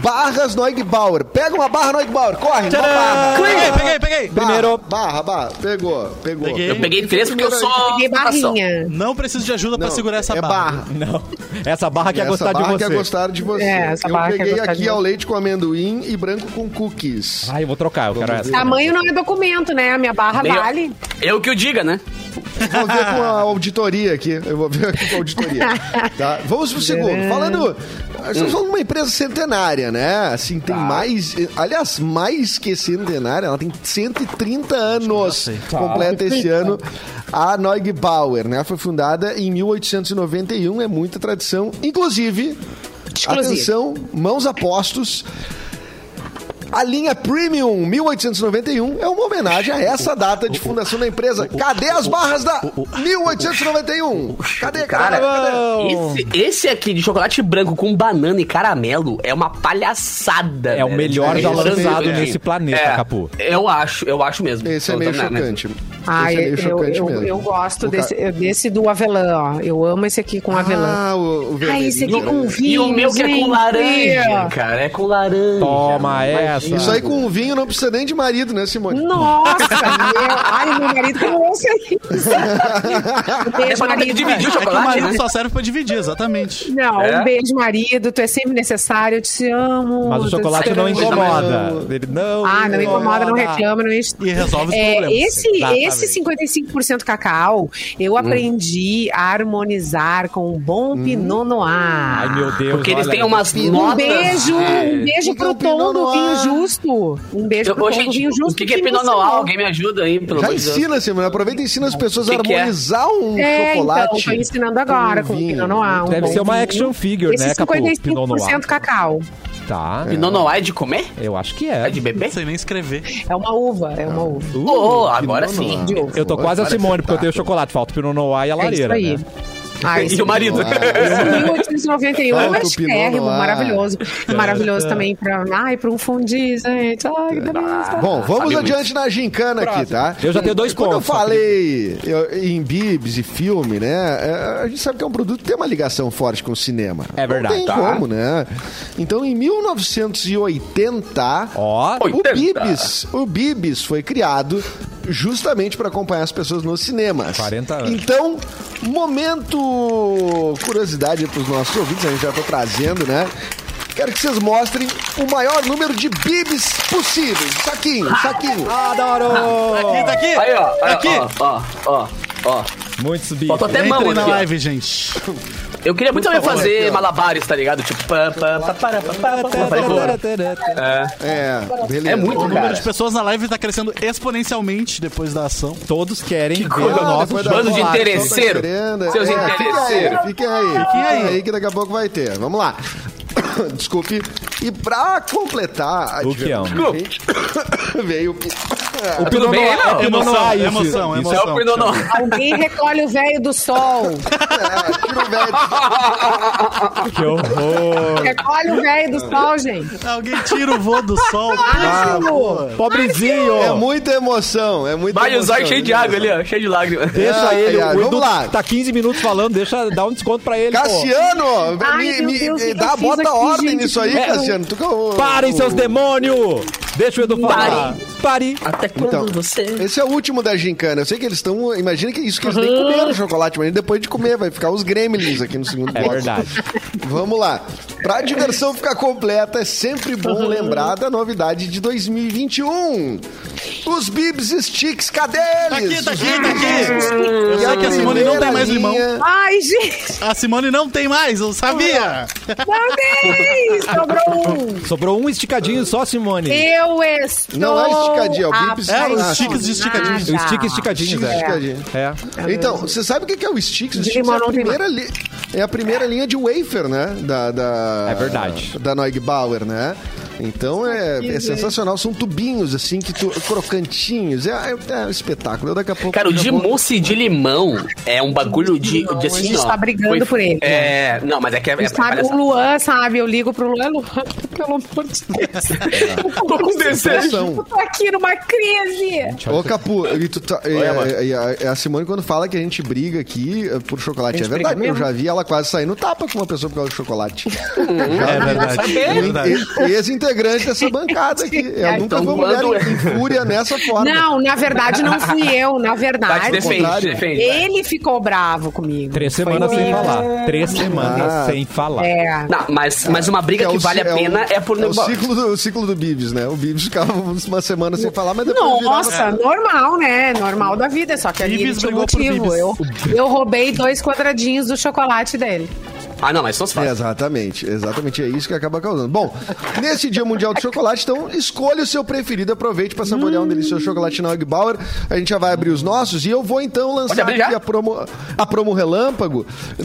barras Noig Bauer. Pega uma barra Noig Bauer, corre! uma barra.
Peguei, peguei, peguei.
Barra,
Primeiro.
Barra, barra, pegou, pegou.
Peguei.
Eu peguei três porque eu sou.
Peguei barrinha.
Não preciso de ajuda pra
Não,
segurar essa
é
barra.
Não. Essa barra quer
Essa
gostar de
barra
você.
quer gostar de você.
É, essa
eu
barra quer
peguei
gostar
aqui
de
ao
você.
leite com amendoim e branco com cookies.
Ah, eu vou trocar, eu quero essa.
Tamanho não é documento, né? A minha barra
Meio-
vale.
Eu que o diga, né?
Vou ver
<laughs>
com a auditoria aqui. Eu vou ver aqui com a auditoria. Tá? Vamos pro segundo. Falando. Estamos falando de uma empresa centenária, né? Assim,
Tá.
tem mais. Aliás, mais que centenária, ela tem 130 anos. Completa esse
Tá.
ano. A Noig Bauer, né? Foi fundada em 1891, é muita tradição. Inclusive,
Exclusivo.
atenção, mãos a postos. A linha Premium 1891 é uma homenagem a essa data de fundação da empresa. Cadê as barras da 1891? Cadê, cara?
Tá Esse, esse aqui de chocolate branco com banana e caramelo é uma palhaçada.
É o
velho.
melhor
Esse
já
é
lançado
meio-
nesse planeta,
é,
Capu.
Eu acho, eu acho mesmo.
Esse é meio
Eu tô- né,
chocante.
Ah,
Esse é meio
eu,
chocante
eu,
mesmo.
eu gosto
O ca-
desse, eu- desse do avelã, ó. Eu amo esse aqui com avelã.
Ah, o, o
Ah, esse aqui
vermelhinho.
com vinho.
E o meu que é com
gente.
laranja, cara. É com laranja.
Toma
Imagina.
essa.
Isso aí com vinho não precisa nem de marido, né, Simone?
<laughs>
Nossa! meu- Ai, meu marido que não ouça isso.
É
Um beijo,
pra não ter que
marido.
dividir o
É que o
chocolate,
marido
né?
só serve pra dividir, exatamente.
Não,
É?
um beijo, marido. Tu é sempre necessário, eu te amo.
Mas o
tô
chocolate
te
não
esperando.
incomoda. Ele não
Ah, não incomoda, não reclama, não enche.
E resolve os
É,
problemas.
esse,
Exatamente. Hum.
esse 55% cacau, eu aprendi a harmonizar com um bom Pinot Noir.
Ai, meu
Ah,
Deus.
Porque eles
olha
têm
aí.
umas
Um
Um
notas.
beijo, um beijo
O que é
pro
o
tom
Pinot
do
Noir?
vinho justo. Um beijo
Eu,
pro
ô,
tom do
gente,
vinho justo.
o que, que é Pinot
você
Noir?
não-
Alguém me ajuda aí, pelo
Já
amor de Deus.
ensina, Simone. Aproveita e ensina as pessoas a
Que que é?
harmonizar um
É, então,
chocolate.
tô ensinando agora com o
vinho.
Pinot Noir. Um
Deve
bom
ser uma
vinho.
action figure,
Esse
né, Capu? Pinot
55%
Noir.
cacau.
Tá.
Pinot Noir é de comer?
Eu acho que
É
é.
de
Não
beber?
sei nem escrever.
É uma uva, é uma uva.
Ô,
Uh,
ô, agora sim.
De uva.
Eu tô
né?
quase a Simone,
tá
porque eu tenho chocolate. Falta o Pinot Noir e a
É isso
lareira,
aí.
né?
<laughs>
Ah, isso
E o marido?
Esse 1891 é
Falta o Pinot
um
Noir.
maravilhoso. Maravilhoso também pra, ai, pra um fundi, gente. Ai, que delícia.
Bom, vamos
Sabe
adiante na gincana aqui, tá?
Eu já tenho dois
Quando
pontos, só
eu falei eu- em bibs e filme, né? é, A gente sabe que é um produto que tem uma ligação forte com o cinema.
É verdade,
Não tem
tá.
como, né? Então, em 1980,
Ó.
o
80.
Bibis, o Bibis foi criado justamente para acompanhar as pessoas nos cinemas.
40 anos.
Então, momento curiosidade para os nossos ouvintes, a gente já está trazendo, né? Quero que vocês mostrem o maior número de bibis possíveis. Saquinho, saquinho.
Adoro!
Aqui, tá aqui.
Aí, ó. Aí,
aqui.
Ó, ó, ó, ó.
Muitos bicos.
Faltou até mão
Entrem
aqui,
na
ó.
live, gente.
Eu queria muito também
favor,
fazer
aqui, ó.
malabares, tá ligado? Tipo... pá, pá, pá, pá, pá, pá, pá, pá, pá, pá.
É, beleza.
É muito,
O número
cara.
de pessoas na live tá crescendo exponencialmente depois da ação.
Todos querem ver
coisa,
o nosso
depois da
jogo
Bando de
lá.
live,
interesse. interesseiro.
então tá querendo.
Seus É, interesseiros.
Fica aí, fica aí. Fica aí. que daqui a pouco vai ter. Vamos lá. <coughs> Desculpe. E pra completar a
O que é um?
gente, <coughs> veio...
O
Tudo bem,
Pinot Noir-
não?
é Pinot
Emoção,
Noir, isso.
emoção,
Isso
É o Pinot Noir.
Alguém recolhe o velho do sol.
É, tira o velho.
Que horror.
Recolhe o velho do sol, gente.
Alguém tira o voo do sol. Tá
Máximo!
Pobrezinho.
Ah, É muita emoção, é muita
Vai
emoção.
usar cheio de água ali, ó. Cheio de lágrimas.
Deixa
Ai,
ele,
ai,
o
Ah, é, vamos
Edu
lá.
tá 15 minutos falando, deixa dar um desconto pra ele. pô.
Cassiano,
Ai,
me,
meu
me-
Deus, o que que
dá,
eu fiz
bota
aqui,
ordem
gente? um
nisso aí,
É,
Cassiano. Tu que é o-
Parem,
o-
seus demônios! Deixa o Edu falar. Pare.
Até quando
Então,
você...
Esse é o último da gincana. Eu sei que eles estão. Imagina que isso que eles nem comeram chocolate, mas depois de comer vai ficar os gremlins aqui no segundo
É
bloco.
verdade.
Vamos lá. Pra diversão ficar completa, é sempre bom lembrar da novidade de 2021. Os Bibs Sticks, cadê
Tá
eles?
aqui, tá aqui, tá aqui. Eu sei que a Simone não tem mais limão.
Ai, gente,
A Simone não tem mais, eu sabia.
não tem! Sobrou um.
Sobrou um esticadinho só, Simone.
Eu estou...
Não é esticadinho, é o bip
É, os sticks de esticadinho.
Ah,
Os Estica esticadinho,
Sticks,
Zé.
esticadinho.
É.
Então, você sabe o que que é o Sticks? O
De
Sticks é
limão
a
não tem
primeira, li- é a primeira linha de wafer, né? Da, da,
É verdade.
Da Noig Bauer, né? Então é, é sensacional. São tubinhos, assim, que tu, crocantinhos. É, é- é um espetáculo. Eu daqui a pouco.
Cara, o
daqui
de
a pouco-
mousse de limão é um bagulho de, de assim,
a gente
ó,
tá brigando por ele.
É, não, mas é que é, é
Sabe, Tá, o
palhaçada.
Luan, sabe? Eu ligo pro Luan, Luan, <laughs> pelo amor de Deus.
É.
Eu
Tô com desejo.
São-
Eu tô aqui numa crise.
Ô, Capu, e tu tá- e-
amor.
e- e a, e a Simone, quando fala que a gente briga aqui eh, por chocolate, é
gente briga
verdade. Eu
mesmo?
já vi ela quase saindo tapa com uma pessoa por causa de
<laughs>
chocolate.
É verdade.
É
E- Ex-integrante dessa bancada aqui. Eu
Então,
nunca vi uma mulher
quando-
em fúria nessa forma.
Não, na verdade
<laughs>
não fui eu, na
Tá, te
verdade.
defende, te
contrário.
defende. vai.
Ele ficou bravo comigo.
Três semanas sem falar. Três semanas sem falar.
É.
Não, mas, mas uma briga
É
que
o
vale
ci-
a
é o-
pena é, por...
É o ciclo do, o ciclo do Bibis, né? O Bibis ficava <laughs> uma semana sem falar, mas depois virava-
Nossa, normal, né? Normal da vida, só que ali
Bibis
ele tinha um
brigou por
motivo.
Bibis.
Eu, eu roubei dois quadradinhos do chocolate dele.
Ah, não, mas só se
É,
faz.
Exatamente, exatamente. É isso que acaba causando. Bom, nesse Dia Mundial do Chocolate, então escolha o seu preferido, aproveite para saborear um delicioso chocolate na Bauer. A gente já vai abrir os nossos e eu vou então lançar
Pode abrir
aqui
já?
a promo, a promo relâmpago
Vou
na,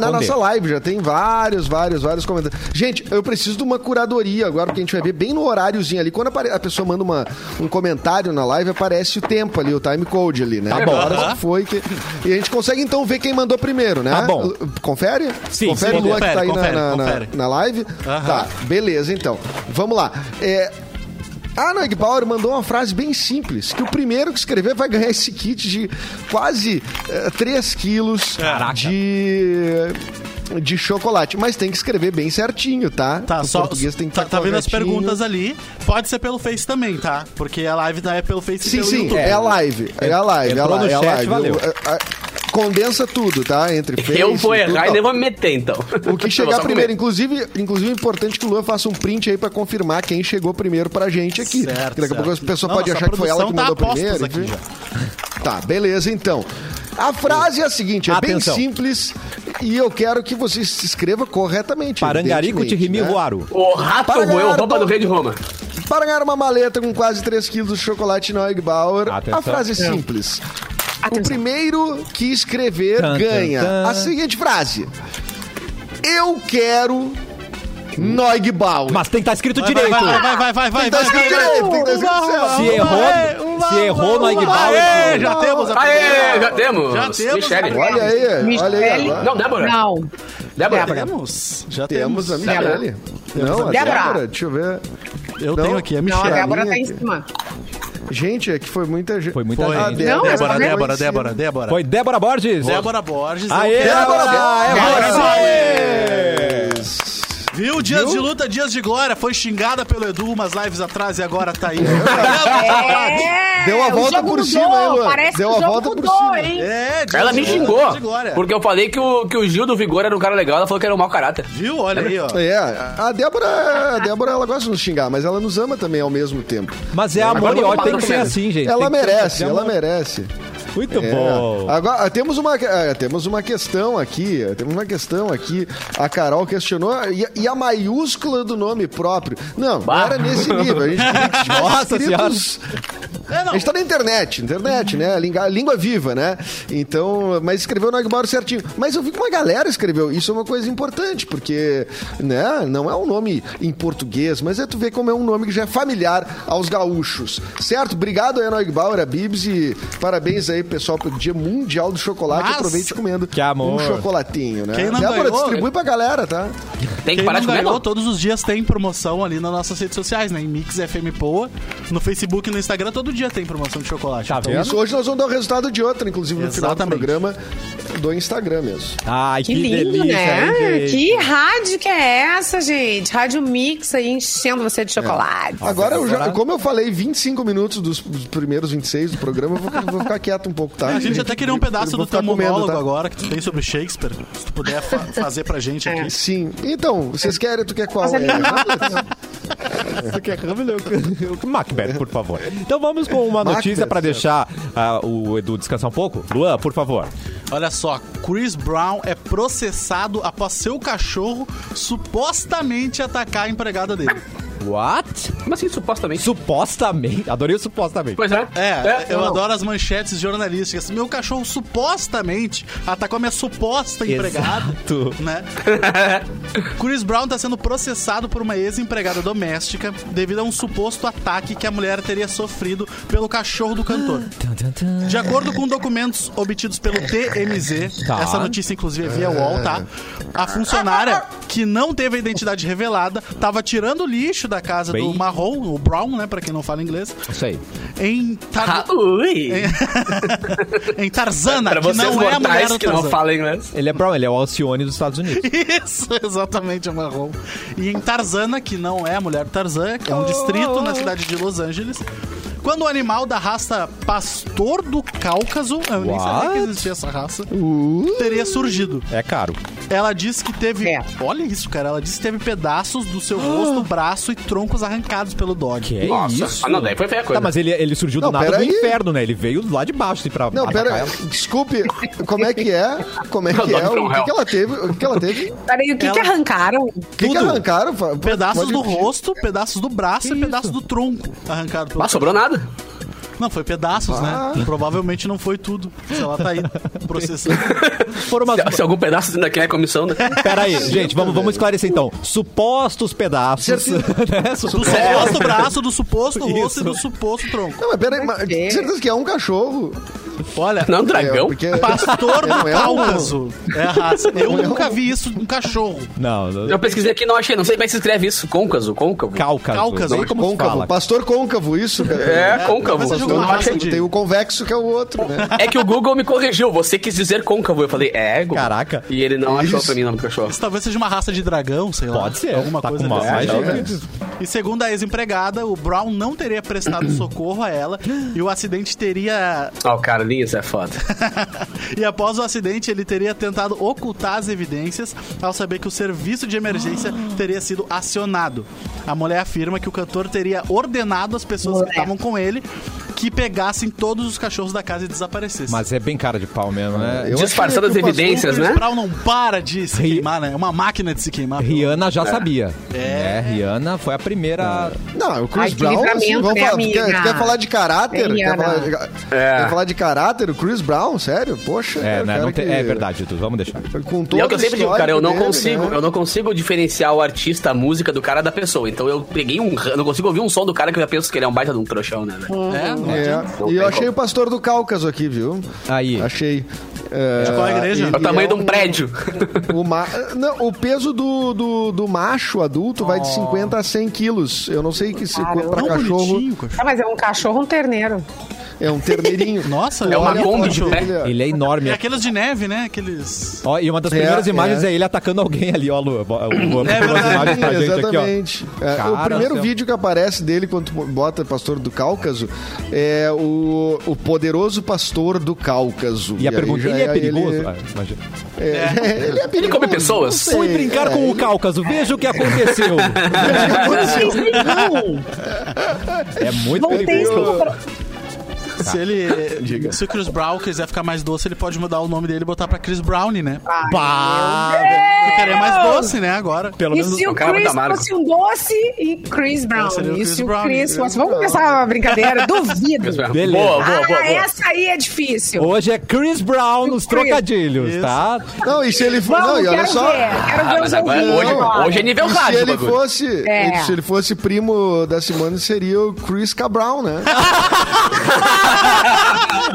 na
esconder.
nossa live. Já tem vários, vários, vários comentários. Gente, eu preciso de uma curadoria agora, porque a gente vai ver bem no horáriozinho ali. Quando apare- a pessoa manda uma- um comentário na live, aparece o tempo ali, o time code ali, né? Tá
bom.
Horas que foi que... E a gente consegue então ver quem mandou primeiro, né?
Tá bom.
Confere?
Sim,
confere
sim,
o Luan que tá aí na-
confere,
na, na-
confere.
na live. Tá, beleza, então. Vamos lá. É, a Noig Bauer mandou uma frase bem simples: que o primeiro que escrever vai ganhar esse kit de quase 3 quilos de. De chocolate, mas tem que escrever bem certinho, tá?
Tá,
O
só.
português tem que
tá,
estar
tá vendo as
corretinho.
perguntas ali? Pode ser pelo Face também, tá? Porque a live da é pelo Face e
Sim,
pelo
sim,
YouTube.
é a live. É a live, é a
Entrou no
live. É a
chat,
live.
valeu.
O- a- a- Condensa tudo, tá? Entre Face,
<laughs> Eu vou
tudo,
errar e
tal.
nem vou me meter, então.
O que
<laughs> Eu vou
chegar
só comer.
primeiro, inclusive, inclusive é importante que o Lua faça um print aí pra confirmar quem chegou primeiro pra gente aqui.
Certo,
Porque daqui a pouco a
certo.
pessoa
Não,
pode
nossa
achar que foi ela que
produção tá
mandou
apostas
primeiro.
aqui
enfim. Tá, beleza então. A frase é a seguinte, é
Atenção.
bem simples e eu quero que você se escreva corretamente.
Parangarico de
evidentemente,
Rimi
né?
Ruaru.
O rato
Para
roeu a
ganhar
roupa
do-
do rei de Roma.
Para ganhar uma maleta com quase 3 quilos de chocolate Noig Bauer,
Atenção.
a frase é simples. O
Atenção.
primeiro que escrever
Tan, tan,
ganha.
tan.
A seguinte frase. Eu quero Noig Bauer.
Mas tem que estar escrito
Vai,
direito.
vai, vai, vai, vai, vai,
Tem que estar
vai, vai.
escrito direito, tem que estar escrito certo.
Se errou, né? se errou no Igbal.
Aê, já temos a
Aê,
primeira.
já temos.
Já temos,
Michele.
já
Olha aí, olha aí.
Michele.
agora.
Não, Débora.
Não.
Débora.
Temos, já
Temos a Michelle. Não, a
Débora.
Débora. Deixa eu ver.
Eu
Não.
tenho aqui a
Não, a
Michelle.
Débora tá em
aqui.
cima.
Gente, é que foi muita gente.
Foi muita
Foi.
gente.
Débora, né?
Não, mas
Débora,
tá vendo?
Débora, Débora, Débora.
Foi Débora Borges.
Débora Borges.
Aê,
eu quero-
Débora, é
Débora Borges.
você!
Parabéns.
Viu? Dias de luta, dias de glória. Foi xingada pelo Edu umas lives atrás e agora tá aí.
É,
<laughs> Deu a
o
volta
jogo
por
mudou,
cima, hein, Luan?
Parece
Deu
que
a
o jogo
volta por
mudou,
cima.
hein?
É, dias
Ela me
de luta,
xingou,
dias de glória.
porque eu falei que o, que o Gil do Vigor era um cara legal, ela falou que era um mau caráter.
Viu? Olha aí, ó.
É, a Débora, a Débora, ela gosta de nos xingar, mas ela nos ama também ao mesmo tempo.
Mas é amor
Agora
e
eu tô
ódio, tem que
falando
ser
mesmo.
assim, gente.
Ela
Tem que ser-
merece,
tem que ser
ela
amor.
merece.
Muito
É.
bom. Tá
Agora, temos uma, ah, temos uma questão aqui, temos uma questão aqui. A Carol questionou, e, e a maiúscula do nome próprio? Não, não
Bah.
era nesse nível.
<laughs>
A gente queria que tivesse
Nossa
escritos-
É, não.
A gente tá na internet, internet, né? Língua, língua viva, né? Então, mas escreveu no Agmauro certinho. Mas eu vi que uma galera escreveu. Isso é uma coisa importante, porque, né? Não é um nome em português, mas é tu vê como é um nome que já é familiar aos gaúchos. Certo? Obrigado, Enoig Bauer, a Bibs, e parabéns aí, pessoal, pelo Dia Mundial do Chocolate.
Nossa!
Aproveite comendo
Que amor.
um chocolatinho, né?
Quem não
Débora,
ganhou?
distribui pra galera, tá?
Tem que
Quem
parar
não
de comer,
ganhou,
não.
todos os dias tem promoção ali nas nossas redes sociais, né? Em Mix FM Poa, no Facebook e no Instagram, todo dia tem promoção de chocolate.
Tá
Então,
vendo?
Isso, hoje nós vamos dar o resultado de outra, inclusive no final do
Exatamente.
programa do Instagram mesmo.
Ai, que,
Que lindo,
delícia.
né?
hein, gente?
Que rádio que é essa, gente? Rádio Mix aí enchendo você
É.
de chocolate.
Agora,
é
eu já,
agora-
como eu falei 25 minutos dos, dos primeiros 26 do programa, eu vou, vou ficar quieto um pouco, tá?
A gente até queria um pedaço
Eu
do
vou
teu
ficar comendo,
monólogo
tá?
agora que tu tem sobre Shakespeare. Se tu puder fa-
<laughs>
fazer pra gente aqui.
Sim. Então, vocês querem, tu quer qual?
Nossa,
É,
ele-
Hamlet?
<laughs> Macbeth, por favor. Então vamos com uma
Macbeth,
notícia para
certo.
deixar ah, o Edu descansar um pouco. Luan, por favor.
Olha só, Chris Brown é processado após seu cachorro supostamente atacar a empregada dele.
What?
Como assim, supostamente?
Supostamente. Adorei o supostamente.
Pois é.
É, eu
não.
adoro as manchetes jornalísticas. Meu cachorro supostamente atacou a minha suposta empregada,
Exato. <laughs>
né? Chris Brown está sendo processado por uma ex-empregada doméstica devido a um suposto ataque que a mulher teria sofrido pelo cachorro do cantor. De acordo com documentos obtidos pelo TMZ,
Tá.
essa notícia inclusive é via UOL, tá? A funcionária, que não teve a identidade revelada, estava tirando lixo da casa do
Bem.
marrom, o brown, né, Pra quem não fala inglês,
Isso aí.
em tá Tar-
Ah, ui.
em Tarzana,
pra
que
vocês
não é a mulher
mortais
do
que não
Tarzan.
falam inglês.
Ele é Brown, ele é o Alcione dos Estados Unidos.
Isso, <laughs> exatamente, é marrom. E em Tarzana, que não é a mulher do Tarzan, que é um distrito na cidade de Los Angeles. Quando o animal da raça Pastor do Cáucaso, eu nem sabia que
What?
existia essa raça,
Uh.
teria surgido.
É caro.
Ela disse que teve.
É.
Olha isso, cara. Ela disse que teve pedaços do seu
<gasps>
rosto, braço e troncos arrancados pelo dog.
Que é
Nossa.
isso?
Ah, não, daí foi feia a coisa.
Tá, mas ele, ele surgiu
Não,
do nada
pera
do
aí.
inferno, né? Ele veio lá de baixo, assim, pra
Não,
atacar
pera,
ela.
desculpe, como é que é? Como é que é? O que, que ela teve? O que, que ela teve? O
Peraí, o que,
Ela-
que arrancaram?
que, que arrancaram? Fa- pode-
Pedaços
pode
do
repetir.
rosto, pedaços do braço e pedaços do tronco arrancado pelo
Ah, sobrou nada.
Não, foi pedaços, né? Provavelmente não foi tudo. Se ela
<laughs>
tá aí processando.
Foram umas...
Se, se algum pedaço ainda quer a comissão, né?
Pera aí, gente, vamos, vamos esclarecer então. Supostos pedaços. <laughs> né?
Do
Supostos-
suposto braço, do suposto rosto
Isso.
e do suposto tronco.
Não, mas peraí, mas,
quê?
tem certeza que é um cachorro?
Olha,
Não,
É,
dragão.
porque-
pastor do
Não <laughs> é um-
Cáucaso. É a raça. Eu
Não é um-
nunca vi isso um cachorro.
Não, não.
Eu pesquisei aqui e não achei. Não sei como é que se escreve isso. Côncavo, côncavo.
Cáucaso.
Cáucaso.
Não sei como se
Côncavo,
fala.
pastor côncavo, isso, cara.
É, côncavo.
Mas seja
Eu
Então,
uma
não
raça
achei.
de-
Tem o convexo que é o outro, né?
É que o Google me corrigiu. Você quis dizer côncavo. Eu falei, é, Google.
Caraca.
E ele não achou
Isso.
pra mim o nome do cachorro.
Isso talvez seja uma raça de dragão, sei lá.
Pode ser.
Alguma
tá
coisa
com uma
desse
mais
tipo.
de-
E segundo a ex-empregada, o Brown não
<clears throat>
teria prestado socorro a ela e o acidente teria.
Ó, o Carlinhos é foda.
<laughs> e após o acidente, ele teria tentado ocultar as evidências ao saber que o serviço de emergência teria sido acionado. A mulher afirma que o cantor teria ordenado as pessoas
Mulher.
que estavam com ele que pegassem todos os cachorros da casa e desaparecessem.
Mas é bem cara de pau mesmo, né?
Eu
Disfarçando
acho que
as
o pastor-
evidências,
O
né?
Brown não para de se
Ri-
queimar, né? É uma máquina de se queimar.
Rihanna já sabia. É. Rihanna foi a primeira.
Não, o Chris
Ai, que
Brown, assim,
livramento,
vamos
né,
falar, tu quer,
amiga?
tu quer falar de caráter?
É,
quer,
Iana.
falar de,
É.
quer falar de caráter? O Chris Brown, sério? Poxa.
É,
o
né?
cara
Não tem-
que-
é verdade, Edu. Vamos deixar.
Com
E
todo
é o que eu sempre digo, cara, eu não
dele,
consigo,
né?
eu não consigo diferenciar o artista, a música do cara da pessoa. Então eu peguei um, eu não consigo ouvir um som do cara que eu já penso que ele é um baita de um trouxão, né, velho?
É, não
É,
adianta.
Não
E eu
tem
achei
como.
o pastor do Cáucaso aqui, viu?
Aí.
Achei. É,
De qual igreja?
ele
É o tamanho de
é
um prédio.
<laughs> O, ma- não, o peso do, do, do macho adulto vai
Oh.
de 50 a 100 quilos. Eu não sei que se,
Caramba.
pra
Tão
cachorro.
É um bonitinho, cachorro.
Ah, mas é um cachorro, um terneiro.
É um
<laughs>
terneirinho.
Nossa,
É uma
olha a
Kombi de
foto
pé.
dele.
Olha,
Ele é enorme.
É aqueles de neve, né? Aqueles.
Ó, e uma das
É,
primeiras imagens é.
é.
ele atacando alguém ali, ó, Lu. Bo- Lu, Lu
É
pegou as
verdade,
imagens pra gente aqui, ó.
Exatamente. É,
Cara
o
do
primeiro
céu.
vídeo que aparece dele quando tu bota Pastor do Cáucaso é o, o poderoso Pastor do Cáucaso.
E a
aí
pergunta,
já
ele é perigoso?
Ele,
Ah, imagina.
é, ele é perigoso.
<laughs> Ele come pessoas?
não sei.
Fui brincar
É,
com o Cáucaso, veja o que aconteceu. é muito
Não tem
perigoso.
isso. pra-
Tá. <laughs>
Se ele. Se o Chris Brown quiser ficar mais doce, ele pode mudar o nome dele e botar pra Chris Brown, né?
Bah,
É,
Ficaria mais doce, né? Agora.
pelo
E
menos
se o
o cara
Chris
tá amargo.
fosse um doce e Chris Brown?
seria o
E
Chris
se o
Brown,
Chris
Chris
fosse. Vamos começar a brincadeira? Duvido.
Boa,
Beleza.
boa, boa,
Ah,
boa.
essa aí é difícil.
hoje é Chris Brown nos
Chris.
trocadilhos,
Isso.
tá?
Não, e se ele for.
Vamos,
Não, e olha
quero
só.
ver. Quero
Ah,
ver
mas
os
agora-
ouvintes
hoje,
agora.
hoje é nível
E se
rádio o
ele
bagulho.
fosse,
É.
se ele fosse primo da Simone, seria o Chris
<laughs>
Cabral, né?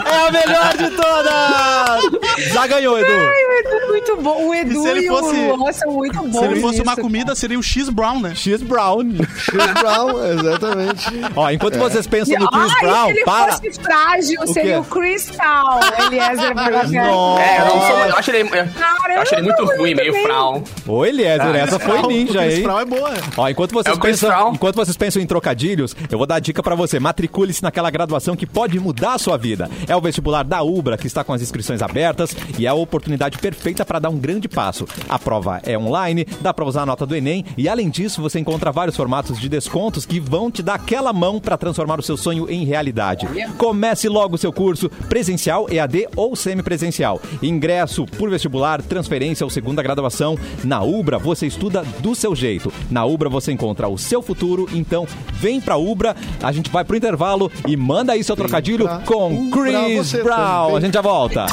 É a melhor de todas! Já ganhou, Edu.
Ai, o Edu é muito bom. O Edu
se ele
e
fosse-
o Luan são muito bons.
Se ele fosse uma
nisso,
comida, seria o X Brown, né?
Chris Brown.
Chris Brown, exatamente.
Ó, enquanto vocês pensam no Chris
Ai,
Brown,
se ele
para.
fosse frágil, seria o
quê?
Cristal.
<laughs>
Eliezer Ah,
Nossa.
É, eu não sou. Eu acho ele, eu,
Cara,
eu acho
eu
ele muito
não tô
ruim,
muito
meio
bem.
frown.
Ô, Eliezer,
Ah,
essa foi ninja,
o Chris
hein?
Brown é boa.
<laughs> Ó, enquanto vocês,
É o Chris
pensam,
Brown.
enquanto vocês pensam em trocadilhos, eu vou dar a dica pra você. Matricule-se naquela graduação que pode mudar a sua vida. É o vestibular da Ubra, que está com as inscrições abertas e é a oportunidade perfeita para dar um grande passo. A prova é online, dá pra usar a nota do Enem e, além disso, você encontra vários formatos de descontos que vão te dar aquela mão pra transformar o seu sonho em realidade. Comece logo o seu curso presencial, EAD ou semipresencial. Ingresso por vestibular, transferência ou segunda graduação. Na Ubra você estuda do seu jeito. Na Ubra você encontra o seu futuro. Então vem pra Ubra, a gente vai pro intervalo e manda aí seu trocadilho
pra
com
Ubra,
Chris
você
Brown.
também.
A gente já volta.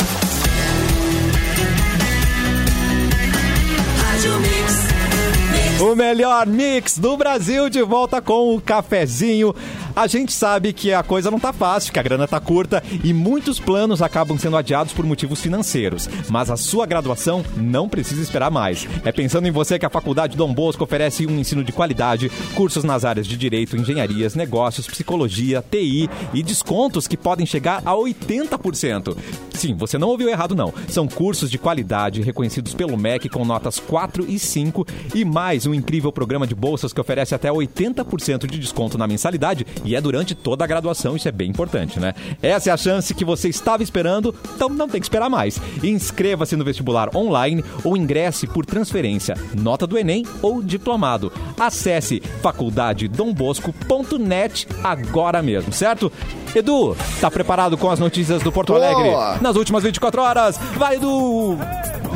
O melhor mix do Brasil de volta com o cafezinho. A gente sabe que a coisa não tá fácil, que a grana tá curta e muitos planos acabam sendo adiados por motivos financeiros. Mas a sua graduação não precisa esperar mais. É pensando em você que a Faculdade Dom Bosco oferece um ensino de qualidade, cursos nas áreas de direito, engenharias, negócios, psicologia, TI e descontos que podem chegar a 80%. Sim, você não ouviu errado não. São cursos de qualidade reconhecidos pelo MEC com notas 4 e 5 e mais um incrível programa de bolsas que oferece até 80% de desconto na mensalidade e é durante toda a graduação, isso é bem importante, né? Essa é a chance que você estava esperando, então não tem que esperar mais. Inscreva-se no vestibular online ou ingresse por transferência, nota do Enem ou diplomado. Acesse faculdadedombosco.net agora mesmo, certo? Edu, tá preparado com as notícias do Porto
Tô.
Alegre? Nas últimas 24 horas, vai Edu!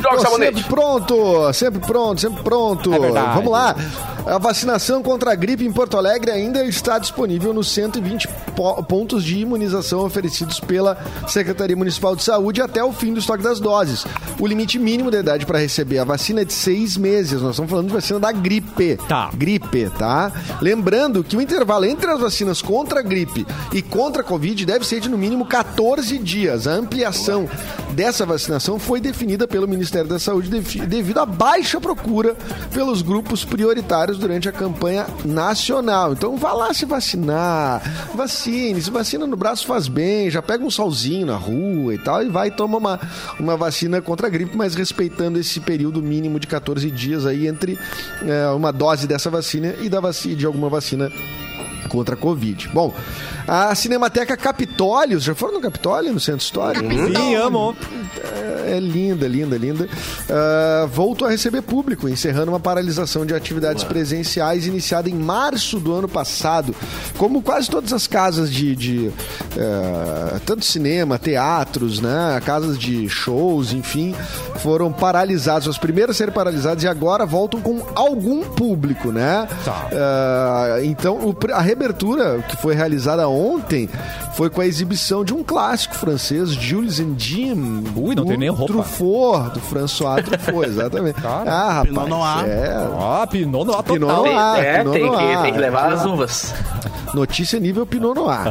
Joga o
Tô
sabonete.
sempre pronto, sempre pronto, sempre pronto.
É verdade.
Vamos lá. A vacinação contra a gripe em Porto Alegre ainda está disponível nos 120 po- pontos de imunização oferecidos pela Secretaria Municipal de Saúde até o fim do estoque das doses. O limite mínimo de idade para receber a vacina é de seis meses. Nós estamos falando de vacina da gripe.
Tá.
Gripe, tá? Lembrando que o intervalo entre as vacinas contra a gripe e contra a Covid deve ser de no mínimo 14 dias. A ampliação dessa vacinação foi definida pelo Ministério da Saúde defi- devido à baixa procura pelos grupos prioritários durante a campanha nacional. Então vá lá se vacinar, vacine, se vacina no braço faz bem, já pega um solzinho na rua e tal e vai tomar uma, uma vacina contra a gripe, mas respeitando esse período mínimo de 14 dias aí entre é, uma dose dessa vacina e da vacina, de alguma vacina contra a Covid. Bom, a Cinemateca Capitólio, já foram no Capitólio, no Centro Histórico?
Sim, amo!
É linda, linda, linda. Ah, voltou a receber público, encerrando uma paralisação de atividades presenciais iniciada em março do ano passado. Como quase todas as casas de, de, ah, tanto cinema, teatros, né, casas de shows, enfim, foram paralisados. As primeiras a serem paralisadas e agora voltam com algum público, né?
Tá.
Ah, então, o pr- a reabertura que foi realizada ontem foi com a exibição de um clássico francês, Jules and Jim.
Ui, não
do
tem nem roupa.
Truffaut, do François Truffaut,
<laughs>
exatamente.
Cara.
ah,
Pinot Noir.
rapaz. É,
Ó, pinou no total.
Pinot no
Tem-
ar,
é,
Pinot
tem
no
que,
ar,
tem que levar
Pinot
as
no
uvas.
notícia nível Pinot Noir.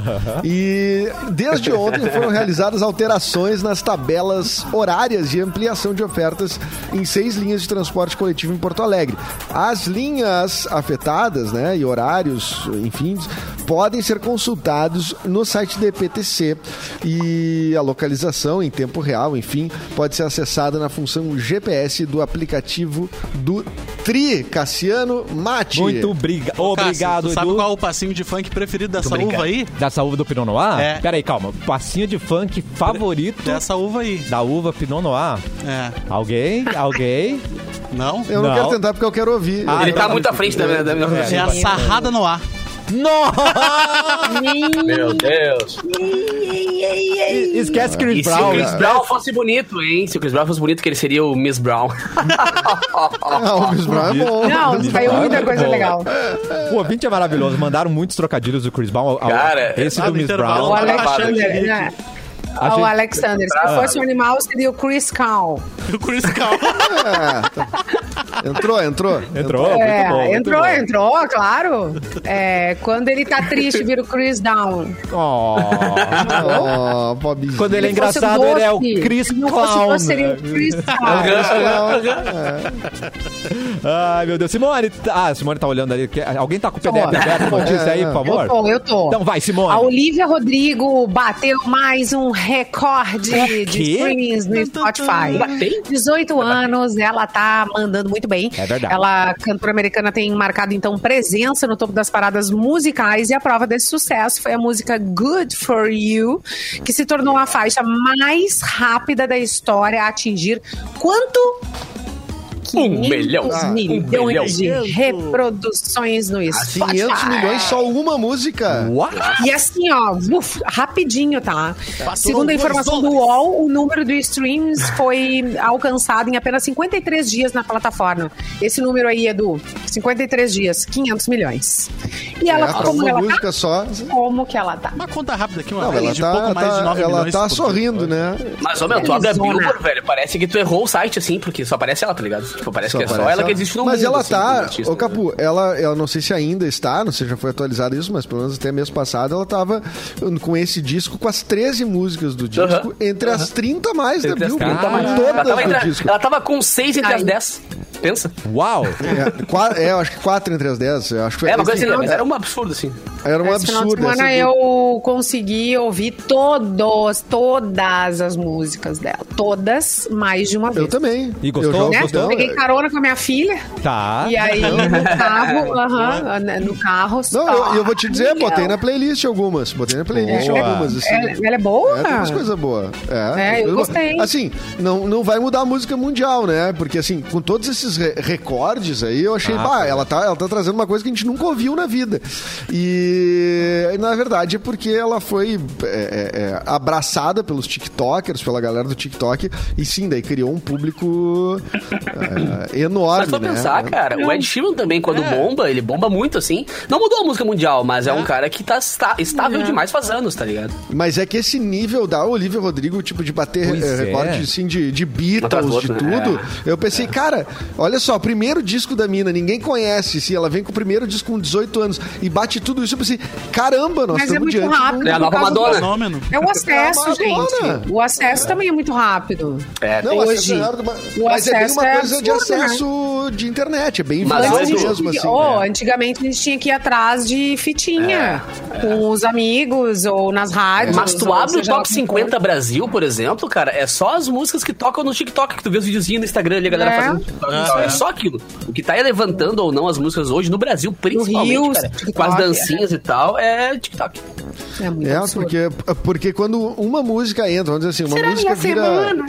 E desde ontem foram realizadas alterações nas tabelas horárias e ampliação de ofertas em seis linhas de transporte coletivo em Porto Alegre. As linhas afetadas, né, e horários, enfim, podem ser consultados no site do EPTC e a localização em tempo real, enfim, pode ser acessada na função GPS do aplicativo do Tri Cassiano Mate.
Muito briga... obrigado,
Cássio, tu Sabe
Edu.
qual é o passinho de funk preferido dessa
Muito
uva aí?
Dessa uva do Pinot Noir?
É.
Peraí, calma. Passinho de funk favorito
Dessa uva aí.
da uva Pinot Noir?
É.
Alguém?
<laughs>
Alguém?
Não?
Eu não,
Não.
quero tentar porque eu quero ouvir.
Ah,
Ele
eu
tá
tava
muito à frente da minha, da minha
É a sarrada no ar.
Nossa!
Meu Deus.
Esquece Chris
E se o
Brown.
né?
Chris Brown fosse bonito, hein? Se o Chris Brown fosse bonito, que ele seria o Miss
<laughs>
Brown.
Ah, o Miss Brown é bom.
Não, saiu muita coisa
Boa.
legal.
O ouvinte é maravilhoso. Mandaram muitos trocadilhos do Chris Brown. ao- ao-
Cara,
esse
tá
do
no
Miss
intervalo.
Brown.
O
Olha,
Alexander,
Bárbara,
né?
A
O
gente- Ah.
Alexander. Se fosse um animal, seria o Chris Cow.
O Chris <laughs> Cal.
É, tá. Entrou, entrou.
Entrou,
É,
Tá muito bom. muito
entrou,
bom.
entrou, claro. É, quando ele tá triste, vira o Chris Down.
Oh.
Ó, pobrezinho.
Quando ele é
Se fosse um
engraçado, ele é o
doce,
Chris
se não fosse
Clown. né? É um
doce, seria o Chris Cow.
Ai, meu Deus. Simone, tá- ah, Simone tá olhando ali. Quer- Alguém tá com o PDF
Simone.
aberto, notícia aí,
É,
por
Eu
favor?
tô, eu tô.
Então vai,
A
Simone.
Olivia Rodrigo bateu mais um recorde de
quê?
streams no Spotify.
Bateu?
18 anos, ela tá mandando muito bem.
É verdade.
Ela, cantora americana, tem marcado então presença no topo das paradas musicais e a prova desse sucesso foi a música Good For You, que se tornou a faixa mais rápida da história a atingir quanto?
Um milhão.
500
Ah, um
milhões
milhão.
de reproduções no
Assim,
Spotify.
500 milhões só uma música.
What?
E assim, ó, uf, rapidinho, tá? Segundo a
dois
informação do
dólares.
UOL, o número de streams foi alcançado em apenas 53 dias na plataforma. Esse número aí, Edu, 53 dias, 500 milhões. E ela,
É, pra
como
uma
ela
música
tá?
só.
Como que ela tá?
Uma conta rápida aqui, uma
Não,
média
ela
de pouco
tá,
mais de
tá-
9
ela
milhões
tá
por-
sorrindo, né?
Mas, ô, meu, tu abre a
Arizona.
Billboard, velho. Parece que tu errou o site, assim, porque só aparece ela, tá ligado? Tipo, parece que é só
aparece
ela que existe no
Mas
mundo.
ela
assim, como
tá,
artista,
ô Capu, ela, eu não sei se ainda está, não sei se já foi atualizado isso, mas pelo menos até mês passado ela tava com esse disco, com as 13 músicas do disco,
Aham.
entre as 30 mais
né?
da Billboard,
Ah, mais.
todas
Ela tava,
do
entre,
disco.
ela tava com 6 entre
Ai.
as 10. Pensa.
Uau!
É, qua- é, eu acho que 4 entre as 10, eu acho que foi-
É uma coisa assim, né?
era,
mas era um absurdo, assim.
um
Esse final de
absurdo.
semana
essa-
eu consegui ouvir todos, todas as músicas dela. Todas, mais de uma vez.
eu também.
E gostou?
Eu é. já-
Né?
Gostou?
Peguei carona com a minha filha.
Ah,
Tá.
E aí, no carro,
É,
aham, né, no carro.
Não,
só.
eu, eu vou te dizer, botei na
Ela-
playlist algumas. Botei na playlist
Boa.
algumas, assim.
Ela, ela é boa?
É, tem umas coisas boas.
É, eu
Coisa boa.
gostei.
Assim, não, não vai mudar a música mundial, né? Porque, assim, com todos esses re- recordes aí, eu
Ah,
achei, bah, ela tá, ela tá trazendo uma coisa que a gente nunca ouviu na vida. E, na verdade, é porque ela foi é, é, é, abraçada pelos TikTokers, pela galera do TikTok, e sim, daí criou
<laughs>
um público é, enorme,
Mas pra
né?
pensar, cara, o Ed Sheeran também, quando
É.
bomba, ele bomba muito, assim. Não mudou a música mundial, mas é, um cara que tá esta- estável
É.
demais faz anos, tá ligado?
Mas é que esse nível da Olivia Rodrigo, tipo, de bater
Pois
eh,
é.
recorde assim, de, de
Atrás
Beatles,
do
de
outro, né?
tudo, eu pensei, cara, olha só, primeiro disco da mina, ninguém conhece, assim, ela vem com o primeiro disco com 18 anos e bate tudo isso, eu pensei, caramba, nós
Mas é
estamos
muito
diante de um-
rápido.
É a
por
nova
causa do-
Madonna.
Fenômeno.
É o acesso,
É a Madonna.
gente. O acesso também é muito rápido.
É,
Não,
tem-
acesso
hoje,
é rápido, mas,
o
mas é bem
acesso
uma
é
coisa de
absurdo, né?
acesso de internet, é bem
Mas
violento
Antes
hoje-
a gente-
mesmo, assim.
oh,
é.
né?
Antigamente a gente tinha que ir atrás de fitinha com os amigos ou nas rádios.
É, Mas tu
ou
abre o
seja lá
Top
como for.
50 Brasil, por exemplo, cara, é só as músicas que tocam no TikTok, que tu vê os videozinhos no Instagram ali, a galera
É.
fazendo TikTok e tal. É só aquilo. O que tá levantando ou não as músicas hoje no Brasil, principalmente,
Reels,
cara,
TikTok,
com as dancinhas e tal, é TikTok.
É, muito
É,
absurdo.
porque, porque quando uma música entra, vamos dizer assim, uma
Será
música
minha
vira.
semana?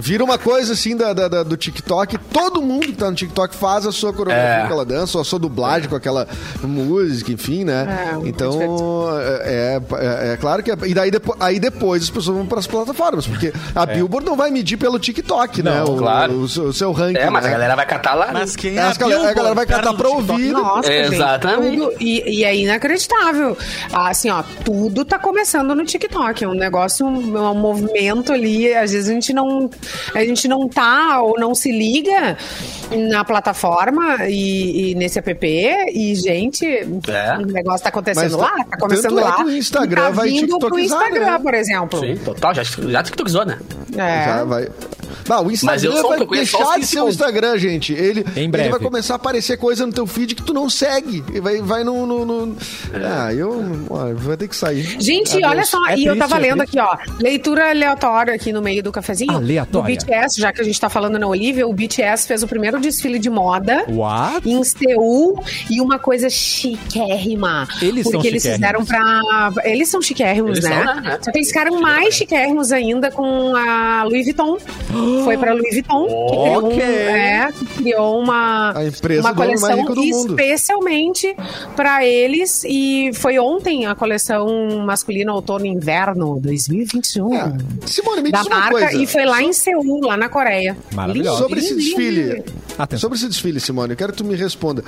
Vira uma coisa assim da, da- da- do TikTok, todo mundo que tá no TikTok faz a sua coreografia
É.
com aquela dança, ou a sua dublagem com aquela música, enfim, né?
É, muito
então, é, é- é claro que. é- e daí depo- aí depois as pessoas vão pras plataformas, porque a Billboard não vai medir pelo TikTok, né?
Não,
O,
claro.
o, seu- o seu ranking.
É, mas a
né?
galera vai catar lá.
Mas quem é
As
a
gal- a
Billboard
galera vai
perto
catar
do
pra
TikTok?
ouvir. né?
Nossa, gente,
Exatamente.
tudo- e, e é inacreditável. Assim, ó, tudo tá começando no TikTok. É um negócio, um, é um movimento ali. Às vezes a gente não, a gente não tá ou não se liga na plataforma e, e nesse app. E, gente,
É.
o negócio tá acontecendo
Mas tá-
lá, tá começando
tanto é
lá.
que o Instagram
e tá
vai
vindo pro
tiktokizar,
Instagram,
né?
por exemplo.
Sim, total, já, já TikTokizou, né?
É.
Já vai. Não, o Instagram
eu sou-
vai
eu conheço só os
deixar
que
de
se
ser o
contam.
Instagram, gente. Ele,
Em breve.
ele vai começar a aparecer coisa no teu feed que tu não segue. E vai, vai no, no- no-
É.
Ah, eu... ó, Vai ter que sair. Ah,
Gente,
Adeus.
olha só,
É
e eu
triste,
tava
é
lendo aqui, ó, leitura aleatória aqui no meio do cafezinho.
Aleatória.
O BTS, já que a gente tá falando na Olivia, o BTS fez o primeiro desfile de moda.
What?
Em Seul e uma coisa chiquérrima.
Eles são
porque eles
chiquérrimos.
fizeram pra. Eles são chiquérrimos,
Eles
né?
são, né?
Só que eles ficaram mais chiquérrimos ainda com a
<gasps>
Louis Vuitton. Foi pra Louis Vuitton. que
Ok.
criou, um- é, que criou uma,
A empresa
uma
do homem mais
coleção
rico do mundo.
especialmente pra eles. E foi ontem a coleção masculina outono e inverno 2021.
Ah, Simone, me
Da
diz uma
marca,
coisa.
e foi lá em Seul, lá na Coreia.
Maravilhoso.
Lindo,
Sobre esse
lindo,
desfile.
lindo.
Atenção.
Sobre esse desfile, Simone, eu quero que tu me responda.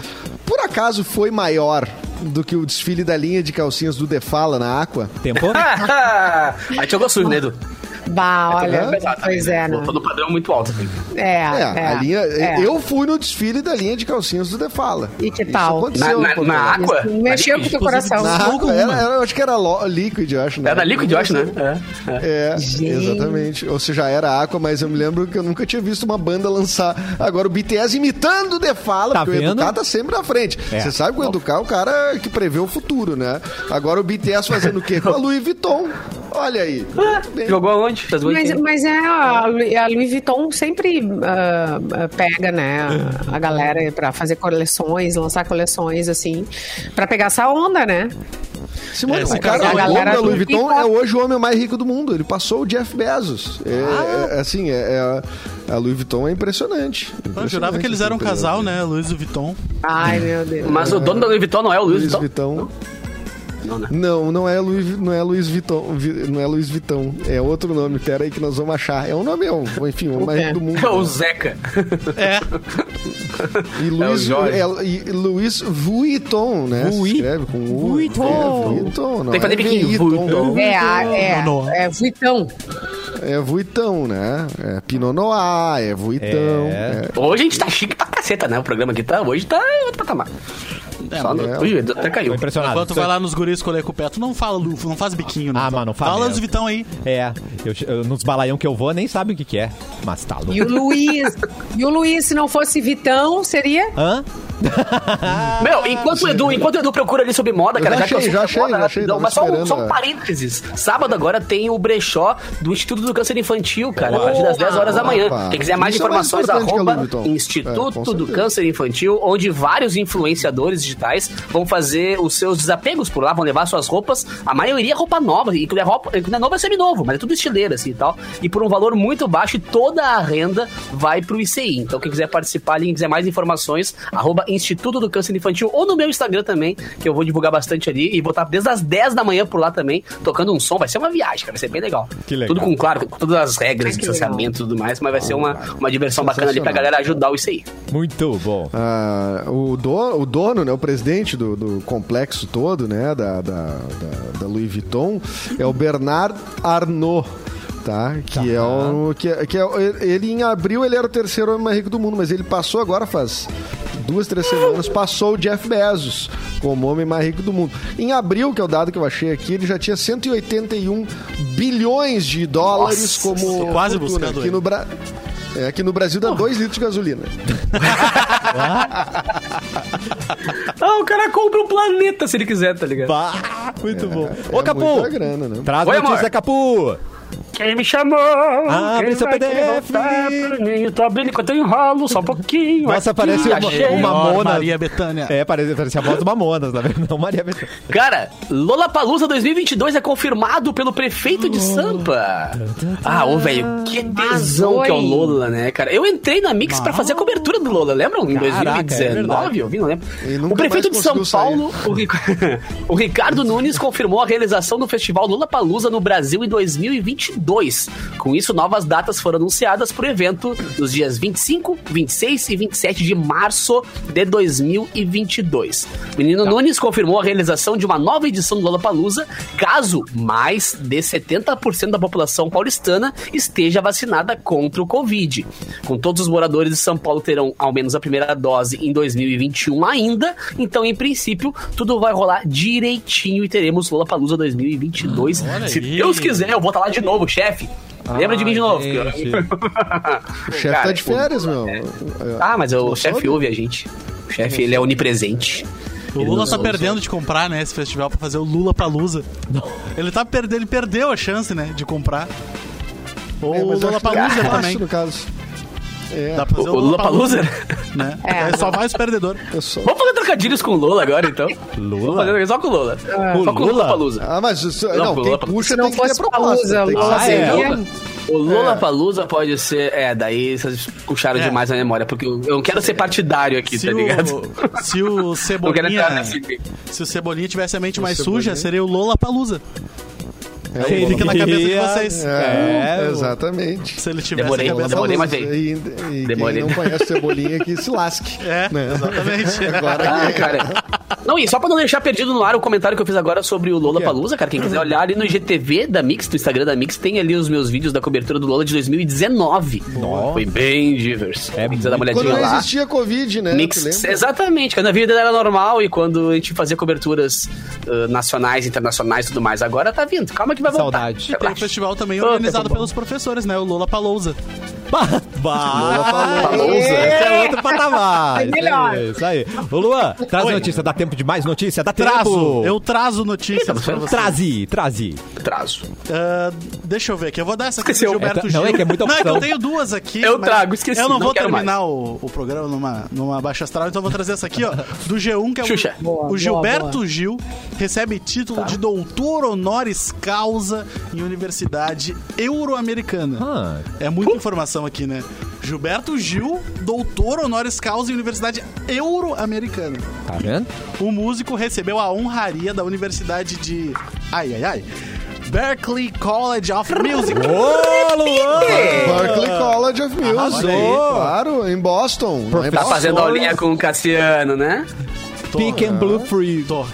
Por acaso foi maior do que o desfile da linha de calcinhas do Defala na Aqua?
<laughs>
Tempo?
né?
<laughs>
Ah,
Aí tinha o Gossu, né, Edu?
Bah, olha,
bem
Pesado,
pois
né?
é, né?
Botou no padrão muito alto. assim.
É,
É, a linha.
é.
Eu fui no desfile da linha de calcinhas do Defala.
E que tal?
Isso
Na,
aconteceu
na,
no
na
Porto
água?
Mexeu com o
Líquid?
teu coração.
Alegre. Na Aqua,
Alguma.
Ah, era, era- acho que era lo- Liquid, eu acho, né?
Era da Liquid, eu acho, né? É, é.
<laughs>
É,
Gente.
exatamente. Ou seja, era Aqua, mas eu me lembro que eu nunca tinha visto uma banda lançar. Agora o BTS imitando o Defala,
Tá
porque o
vendo?
Educar tá sempre na frente.
É.
Você sabe que o Educar é o cara que prevê o futuro, né? Agora o BTS fazendo o quê? Com a Louis Vuitton. Olha aí. Bem,
Jogou aonde? Fez gol em
Mas,
quem?
mas é a, Lu- a Louis Vuitton sempre ah, ah, pega, né, a- a galera pra fazer coleções, lançar coleções, assim, pra pegar essa onda, né?
Simone,
Esse
o cara,
cara-
o
a
dono
galera
da Louis
do
Vuitton
hip-hop.
é hoje o homem mais rico do mundo. Ele passou o Jeff Bezos. É, é, assim, é, é- a Louis Vuitton é impressionante.
Eu jurava que eles eram um casal, né? Luiz e Vuitton.
Ai, meu Deus.
Mas o dono da Louis Vuitton não é o Louis
Luiz
Vuitton?
Vitão.
Não, né?
Não, não é Luiz, não é Luiz Vitão, Vi- não é Luiz Vitão, é outro nome. Pera aí que nós vamos achar. É um nome, é um, enfim, o mais rico do mundo.
<laughs> É o Zeca.
É.
E Luiz,
Jorge.
é- e Luiz Vuitton, né? Se
Vui-
escreve com U.
Vuitton.
É, Vuitton, não
Tem que fazer
é
biquinho.
Vuitton, não.
É, a- é,
Nono.
é Vuitton.
É Vuitton, né? É Pinot Noir, é Vuitton.
É.
é-
Hoje a gente tá chique pra caceta, né? O programa aqui tá. Hoje tá em outro patamar. Só no...
é.
Ui, o Edu até caiu.
Tô impressionado.
Enquanto vai lá nos guris escolher com o pé, tu não fala Lufo, não faz biquinho, né?
Ah, mano, fala
Fala
mesmo.
Luiz e Vitão aí.
É, eu, eu- nos balaião que eu vou, nem sabe o que que é. Mas tá
E
louco.
o Luiz. e o Luiz, se não fosse Vitão, seria?
Hã?
Meu, enquanto o Edu, enquanto o Edu procura ali sobre moda,
Eu
cara,
já
já, que eu
achei,
sei
já
sobre
achei,
moda,
já achei,
rapidão,
tava
mas só, um-
esperando,
só um
é.
parênteses. Sábado agora tem o brechó do Instituto do Câncer Infantil, cara, a partir das 10 horas da manhã.
Opa.
Quem quiser mais
Isso é mais
informações,
importante que a
arroba
Louis Vuitton. É, com
Instituto do
certeza.
Câncer Infantil, onde vários influenciadores digitais vão fazer os seus desapegos por lá, vão levar suas roupas, a maioria é roupa nova, e quando é, roupa, quando é nova é seminovo, mas é tudo estileiro assim e tal, e por um valor muito baixo, e toda a renda vai pro ICI. Então quem quiser participar ali, quem quiser mais informações, arroba Instituto do Câncer Infantil, ou no meu Instagram também, que eu vou divulgar bastante ali, e vou estar desde as 10 da manhã por lá também, tocando um som, vai ser uma viagem, cara, vai ser bem legal.
Que legal.
Tudo com, claro, com todas as regras,
Ai, que
distanciamento e tudo mais, mas vai ser uma, uma diversão bacana ali pra
Sensacional.
galera ajudar o ICI.
Muito bom.
Ah, o, do- o dono, né, o presidente do, do complexo todo, né, da, da, da- da Louis Vuitton, é o Bernard Arnault. Tá, que é o. Que é, que é, o- ele em abril ele era o terceiro homem mais rico do mundo, mas ele passou agora faz duas, três semanas, passou o Jeff Bezos como homem mais rico do mundo. Em abril, que é o dado que eu achei aqui, ele já tinha 181 bilhões de dólares
Nossa,
como
tô quase
fortuna.
buscando
aqui
ele.
no, Bra... é, aqui no Brasil dá 2 litros de gasolina.
Ah, o cara compra o planeta se ele quiser, tá ligado?
Bah, muito bom. Ô,
é
Capu!
muita grana, né?
Traz
Oi,
notícia,
amor.
Capu!
Quem me chamou?
Abre
quem
seu
vai querer
PDF.
voltar pra mim? Eu tô abrindo enquanto eu enrolo, só um pouquinho.
Nossa,
aqui,
parece uma-
achei.
uma-
Senhor
mona.
Maria Betânia.
É, parece, parece a voz do Mamonas, na verdade. Não, Maria Bethânia.
Cara, Lollapalooza 2022 é confirmado pelo prefeito de Sampa. Ah, ô, velho, que tesão
Mas
que é o
oi.
Lola, né, cara? Eu entrei na Mix pra fazer a cobertura do Lola, lembram? Em
Caraca, é
2019,
verdade.
eu vi, não lembro.
E nunca
O prefeito
mais
de São
conseguiu sair.
Paulo, o, Ric- <laughs> o Ricardo Nunes, confirmou a realização do festival Lollapalooza no Brasil em 2022. Com isso, novas datas foram anunciadas pro evento nos dias 25, 26 e 27 de março de 2022. Menino Nunes confirmou a realização de uma nova edição do Lollapalooza, caso mais de 70% da população paulistana esteja vacinada contra o Covid. Com todos os moradores de São Paulo terão ao menos a primeira dose em 2021 ainda, então em princípio tudo vai rolar direitinho e teremos Lollapalooza 2022.
Olha
Se
aí.
Deus quiser, eu vou estar lá tá de novo, chefe. Lembra de mim de novo.
gente.
O chefe
Cara,
tá de
tipo,
férias, meu.
Ah, mas o chefe
soube?
ouve a gente. O chefe, ele é onipresente.
O Lula tá perdendo de comprar, né, esse festival pra fazer o Lula pra Lusa. Ele tá perdendo, ele perdeu a chance, né, de comprar. Ou
É,
o
mas
Lula
eu acho que
pra
dá
Lusa
fácil,
também.
No caso. É,
Dá pra
O,
fazer
o Lula pra loser?
Né?
É.
Aí só vai os perdedores.
eu sou.
Vamos fazer trocadilhos com o Lola agora, então. Vamos
Lula?
fazer só com o Lola. Só com o Lula pra loser.
Ah, mas isso-
Não,
não,
pro
quem
Lula-
puxa
Se não
tem que ter
fosse
proposta.
Palusa,
tem que-
Lula
Ah, é.
seria.
O Lula Palusa pode ser. É, daí vocês puxaram
É.
demais a memória, porque eu eu não quero ser partidário aqui,
Se
tá ligado?
o, se o
Não quero
Cebolinha.
entrar nesse.
Se o Cebolinha tivesse a mente mais
Cebolinha.
suja, seria o Lola Palusa.
É,
Seria-
Lula-
Fica na cabeça de vocês.
É,
É,
exatamente.
Se ele tivesse
Demorei,
a cabeça
demorei,
Palusa.
mas veio.
E, e
Demorei.
quem não conhece Cebolinha que se lasque.
É,
né?
exatamente. É.
Agora
Ah, cara. Não, e só pra não deixar perdido no ar o comentário que eu fiz agora sobre o Lola Palusa, cara, quem quiser olhar ali no IGTV da Mix, do Instagram da Mix, tem ali os meus vídeos da cobertura do Lola de 2019. Foi bem diverso.
É
Quem quiser dar uma
quando
olhadinha
não
lá.
existia Covid, né? tu
Mix,
lembra?
exatamente, quando a vida era normal e quando a gente fazia coberturas ah, nacionais, internacionais e tudo mais. Agora tá vindo, calma que vai voltar.
Saudade.
E tem um
Relaxa.
festival também
Ah,
organizado
tá bom.
pelos professores, né? O Lola Palousa.
Bah,
Palousa.
Esse é outro patamar.
É melhor.
Isso aí. isso aí. Ô, Luan, traz
Oi.
notícia. Dá tempo de mais notícia? Dá
Trazo.
tempo.
Eu trazo
Então,
notícias
um
pra vocês.
Traze, traze.
Atraso.
Ah, deixa eu ver aqui. Eu vou dar essa aqui
Esqueceu.
pro Gilberto
É, tá- não, é que é muita
Não,
opção.
eu tenho duas aqui.
Eu
mas
trago, esqueci,
Eu não,
não
vou
quero
terminar o, o programa numa, numa baixa astral, então eu vou trazer essa aqui, ó. Do G1, que é
Xuxa.
o,
Boa,
o
boa,
Gilberto
boa.
Gil recebe título
Tá.
de doutor honoris causa em universidade euro-americana.
Ah.
É muita informação aqui, né? Gilberto Gil, doutor honoris causa em universidade euro-americana.
Tá vendo?
O músico recebeu a honraria da Universidade de. Ai, ai, ai. Berkeley College of Music.
Ô, Luan!
Berkeley College of Music.
Arrasou.
Claro, em Boston. não é em
Tá
Tá
Boston.
fazendo aulinha com o Cassiano, né?
Pink and Blue Free.
Tô.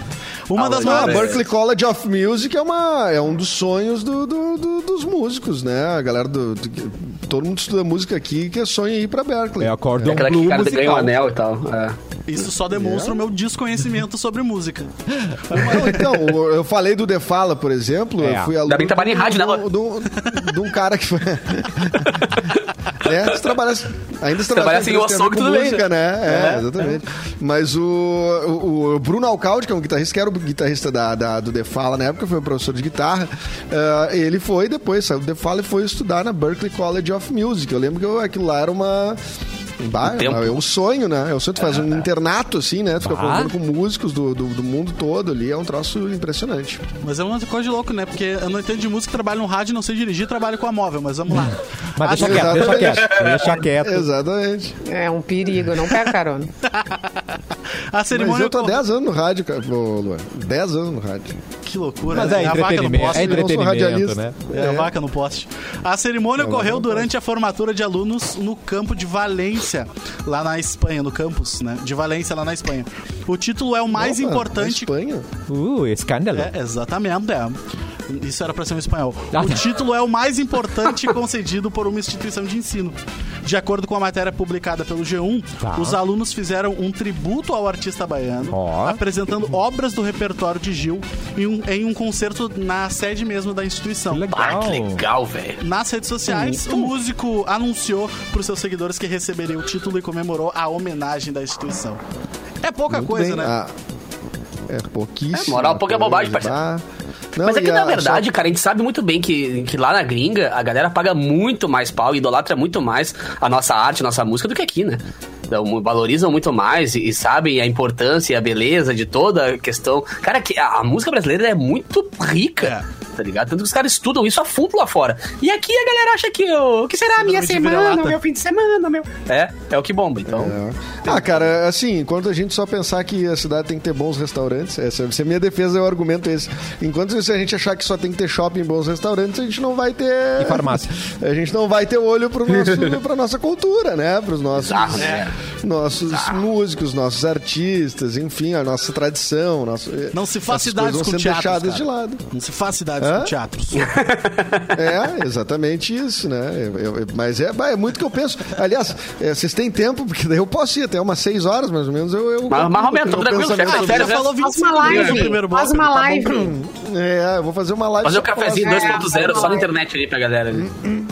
Uma
Ah,
das
legal.
Ah,
maiores.
Berkeley College of Music é, uma, é um dos sonhos do- do- do- dos músicos, né? A galera do, do- Todo mundo estuda música aqui que é sonho ir pra Berkeley.
É o cordão
Aquela que
blue
o cara ganha um
musical.
anel e tal. é.
Isso só demonstra o meu desconhecimento sobre música.
Não, então, o- eu falei do The Fala, por exemplo.
É.
Eu fui aluno.
Ainda bem que trabalha em rádio, né,
do- do- De um cara que foi. É, se trabalhasse. Ainda se
trabalhasse
trabalhasse
em
com
açougue, assim, tudo bem,
música,
já.
né? É,
É.
exatamente. Mas o, o, o Bruno Alcaud, que é um guitarrista, que era o guitarrista da, da- do The Fala na época, foi um professor de guitarra. ah, ele foi depois, saiu do The Fala e foi estudar na Berklee College of Music. Eu lembro que eu- aquilo lá era uma. Bah,
tempo. Ah.
é um sonho, né? É um sonho, tu faz um internato assim, né? Tu fica
Bah.
convivendo com músicos do, do, do mundo todo ali, é um troço impressionante.
Mas é uma coisa de louco, né? Porque eu não entendo de música, trabalho no rádio, não sei dirigir, trabalho com a móvel, mas vamos lá.
Mas deixa
Acho-
quieto, deixa
Exatamente.
quieto. Deixa quieto.
Exatamente.
É um perigo, não pega carona.
A
Mas
cerimônia.
eu tô há
ocorre-
10 anos no rádio, cara, ô, Luan. 10 anos no rádio.
Que loucura,
Mas
né?
é
a vaca no
entretenimento.
poste.
É
Eu não sou
entretenimento,
radialista.
né?
É, a
É.
vaca no poste. A cerimônia ocorreu durante a formatura de alunos no campo de Valência, lá na Espanha, no campus, né? De Valência, lá na Espanha. O título é o mais
Opa,
importante.
na Espanha.
Uh, escândalo.
É, exatamente. é. Isso era pra ser um espanhol.
Ah,
O
tá.
título é o mais importante <laughs> concedido por uma instituição de ensino. De acordo com a matéria publicada pelo G1,
Tá.
os alunos fizeram um tributo ao artista baiano,
Ó.
apresentando obras do repertório de Gil em um, em um concerto na sede mesmo da instituição.
Que
Ah,
legal.
que legal, velho.
Nas redes sociais, o músico anunciou para os seus seguidores que receberia o título e comemorou a homenagem da instituição. É pouca
Muito
coisa,
bem.
né?
Ah, é pouquíssimo. Tá.
É, moral, pouca bobagem, parceiro. Mas é que na verdade, cara, a gente sabe muito bem que, que lá na gringa a galera paga muito mais pau, idolatra muito mais a nossa arte, a nossa música do que aqui, né? Então, mu- valorizam muito mais e, e sabem a importância e a beleza de toda a questão. Cara, que a, a música brasileira é muito rica, tá ligado? Tanto que os caras estudam isso a fundo lá fora. E aqui a galera acha que o o que será a minha
Síndrome de
semana,
vira-lata.
o meu fim de semana, meu. É, é o que bomba, então.
É. Ah, cara, assim, enquanto a gente só pensar que a cidade tem que ter bons restaurantes, essa essa é a minha defesa, é o argumento esse. Enquanto se a gente achar que só tem que ter shopping e bons restaurantes, a gente não vai ter.
E
<laughs>
farmácia.
<laughs>
A gente não vai ter olho pro nosso, pra nossa cultura, né? Pros nossos.
Bizarro, né?
nossos músicos, nossos artistas, enfim, a nossa tradição. Nosso,
Não se
essas
faz cidades
coisas
com
vão sendo
teatros.
deixadas
cara.
de lado.
Não se faz cidades
Hã?
com
<laughs>
teatros.
É, exatamente isso, né? Eu- eu- eu- mas é, bah, é muito que eu penso. Aliás, é, vocês têm tempo, porque daí eu posso ir até umas seis horas, mais ou menos. Eu, eu
Mas- mas, Romero,
eu-
tamo
eu
tranquilo, chega
pensamento
de
sobre
férias,
isso.
falou
Faz
25
uma
minutos
né?
no
live.
primeiro bloco. tá
Faz
tá
uma live.
É, eu vou fazer uma live.
Fazer o
só pra
cafezinho
falar-
É,
2.0 só
vai.
na internet ali pra galera. né? ali.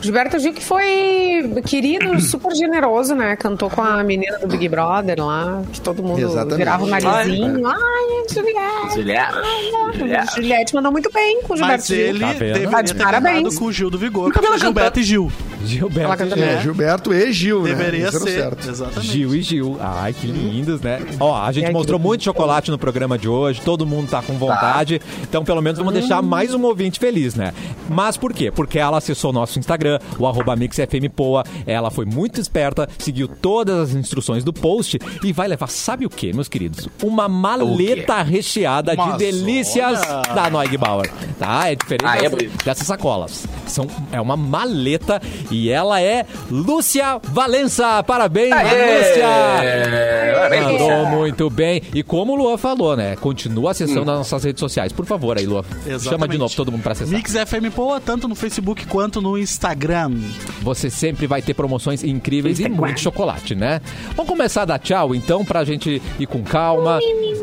Gilberto Gil que foi
<clears throat>
querido, super generoso, né? Cantou com a menina do Big Brother lá, que todo mundo
Exatamente.
virava o
é.
narizinho. Ai, Juliette.
Juliette. Juliette.
Juliette mandou muito bem com o Gilberto
Mas
Gil.
ele
Tá vendo?
teve
Tá de
terminado
parabéns.
com o Gil do Vigor,
Nunca vi
com
ela
Gilberto e Gil.
Ela
Gilberto
canta
Gil.
É, Gilberto e Gil, né?
Deveria
Fizeram
ser.
certo.
Exatamente.
Gil e Gil. Ai, que lindos, né? Ó, a gente mostrou muito chocolate no programa de hoje, todo mundo tá com vontade. Então, pelo menos, vamos deixar mais um ouvinte feliz, né? Mas por quê? Porque ela acessou nosso Instagram, o arroba MixFMPoa. Ela foi muito esperta, seguiu todas as instruções do post e vai levar, sabe o quê, meus queridos? Uma maleta recheada de
Mas
delícias
olha!
da Neugbauer. Tá? É diferente
Ah, é
dessa-
bonito.
dessas sacolas. São, é uma maleta e ela é Lúcia Valença. Parabéns, Lúcia!
É, parabéns,
Mandou
Lúcia.
muito bem. E como o Luan falou, né? Continua acessando nas nossas redes sociais. Por favor, aí, Luan.
Exatamente.
Chama de novo todo mundo pra acessar.
Mix FM Poa, tanto no Facebook quanto no Instagram.
Você sempre vai ter promoções incríveis e muito chocolate, né? Vamos começar a dar tchau, então, pra gente ir com calma.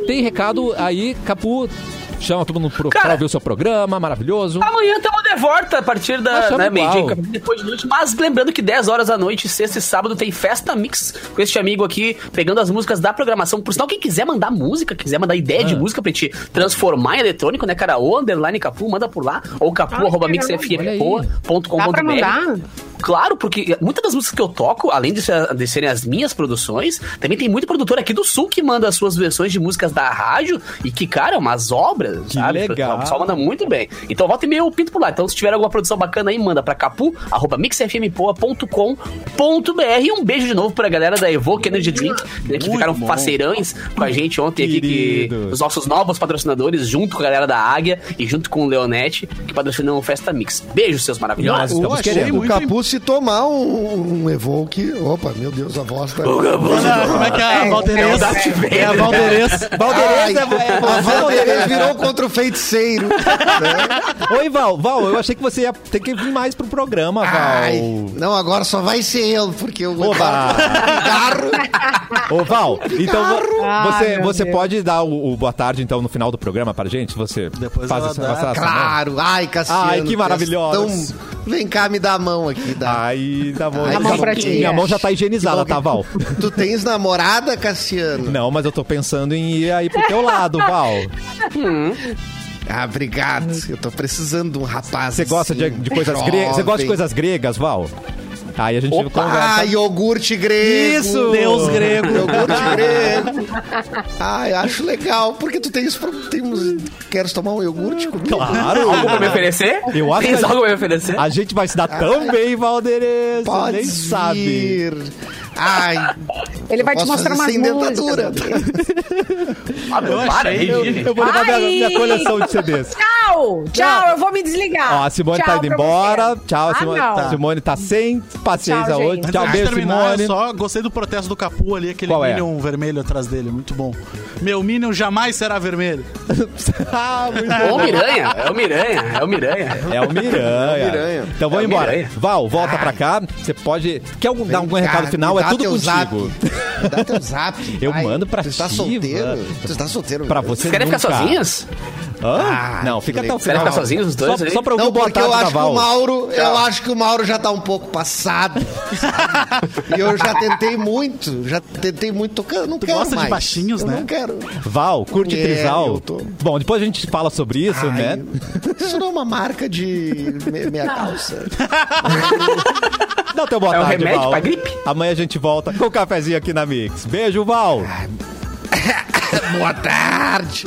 Tem recado aí, Capu. Chama todo mundo pro,
Cara-
pra ouvir o seu programa, maravilhoso.
Amanhã estamos de volta a partir
Mas
da
chama
né,
igual.
meio-dia, depois de noite. Mas lembrando que 10 horas da noite, sexta e sábado, tem festa mix com este amigo aqui, pegando as músicas da programação. Por sinal, quem quiser mandar música, quiser mandar ideia de música pra gente transformar em eletrônico, né, cara? Ou underline Capu, manda por lá. Ou
Ah, que
capu.mixfmpoa.com.br.
Dá pra mandar?
Claro, porque muitas das músicas que eu toco, além de, ser- de serem as minhas produções, também tem muito produtor aqui do Sul que manda as suas versões de músicas da rádio e que, cara, é umas obras,
Que
sabe? Tipo,
legal.
O pessoal manda muito bem. Então volta e meia eu pinto por lá. Então se tiver alguma produção bacana aí, manda pra capu.mixfmpoa.com.br e um beijo de novo pra galera da Evoque Energy Drink, né, que
Muito
ficaram
bom.
faceirões com a gente ontem aqui, que,
Queridos.
os nossos novos patrocinadores, junto com a galera da Águia e junto com o Leonete, que patrocinam o Festa Mix. Beijo, seus
Nós
maravilhosos.
estamos
achei
querendo.
O Capu se tomar um, um Evoque. Opa, meu Deus, a voz tá.
Olha, como é que é? A
é o
Valderez.
Darth
Vader.
É a Valderez.
Valderez,
Ai,
é- é-
a Valderez virou contra o feiticeiro.
<laughs>
Né?
Oi, Val. Val, eu achei que você ia ter que vir mais pro programa, Val.
Ai, não, agora só vai ser eu, porque eu vou
Oba!
carro.
Ô, Val, então vo-
Ah,
você,
meu
você
Deus.
pode dar o, o boa tarde, então, no final do programa pra gente? Você
Depois ela
essa-
dá.
essa- essa-
Claro, ai, Cassiano.
Ai, que maravilhosa.
Então, vem cá me dar a mão aqui, dá.
Ai, tá bom.
Ai,
Já-
mão pra ti.
minha mão já tá higienizada, tá, Val?
<laughs> Tu tens namorada, Cassiano?
Não, mas eu tô pensando em ir aí pro teu lado, Val.
Ah, obrigado. Eu tô precisando de um rapaz assim,
Você gosta de, de coisas gregas? Você gosta de coisas gregas, Val? Aí a gente
Ah,
conversa.
iogurte grego.
Isso!
Deus grego.
<laughs>
Iogurte grego. Ah, eu acho legal, porque tu tens... pro- tem uns- Queres tomar um iogurte comigo?
Claro!
Algo pra me oferecer?
Eu acho
Tens
que-
algo pra me oferecer?
A Ah, gente vai se dar tão bem, Valderez. Você
Pode
nem sabe.
vir. Ai,
Ele vai
eu
te
posso
mostrar umas
fazer sem dentadura.
músicas.
Ah, meu,
Eu
para,
achei.
Regine.
Eu vou levar minha,
Ai!
minha coleção de CDs.
Tchau, tchau, eu vou me desligar.
Ó, a Simone
Ah, tchau
tá indo
pra
embora.
você.
Tchau,
Ah,
Simone.
não.
Tá. Simone tá sem paciência
Tchau,
hoje.
gente.
Tchau,
Antes de
beijo,
terminar,
Simone. <laughs>
eu só gostei do protesto do Capu ali, aquele
Qual é?
Minion vermelho atrás dele, muito bom. Meu Minion jamais será vermelho.
Ah, muito
Ô,
bom.
Miranha. É o Miranha. É o Miranha.
É o Miranha.
É o Miranha. Ah.
Então vamos
É o
embora.
Miranha.
Val, volta pra cá. Você pode. Quer algum, dar algum
Vem cá,
recado final?
um me
É
dá
tudo
teu
contigo.
zap. <laughs> Me Dá teu zap.
<laughs> Eu mando pra
tu. Tu tá
ti,
solteiro?
mano.
Tu tá solteiro?
Pra
meu?
você.
Vocês querem ficar
nunca.
sozinhos?
Hã?
Ah,
não,
que
fica até o final.
legal.
Querem ficar sozinhos os dois
Só,
aí?
só pra ouvir
Não,
o boa
porque
tarde
eu
da
acho que
Val.
o Mauro, eu acho que o Mauro já tá um pouco passado. sabe? e eu já tentei muito, já tentei muito tocando, não quero
gosta de
mais.
baixinhos,
Eu
né?
Não quero.
Val, curte
É,
Trisal.
eu tô.
Bom, depois a gente fala sobre isso,
Ai,
né?
Isso não é uma marca de me- minha calça.
Dá o teu boa
É um
tarde,
remédio
Val.
pra gripe?
Amanhã a gente volta com o cafezinho aqui na Mix. Beijo, Val.
Boa tarde.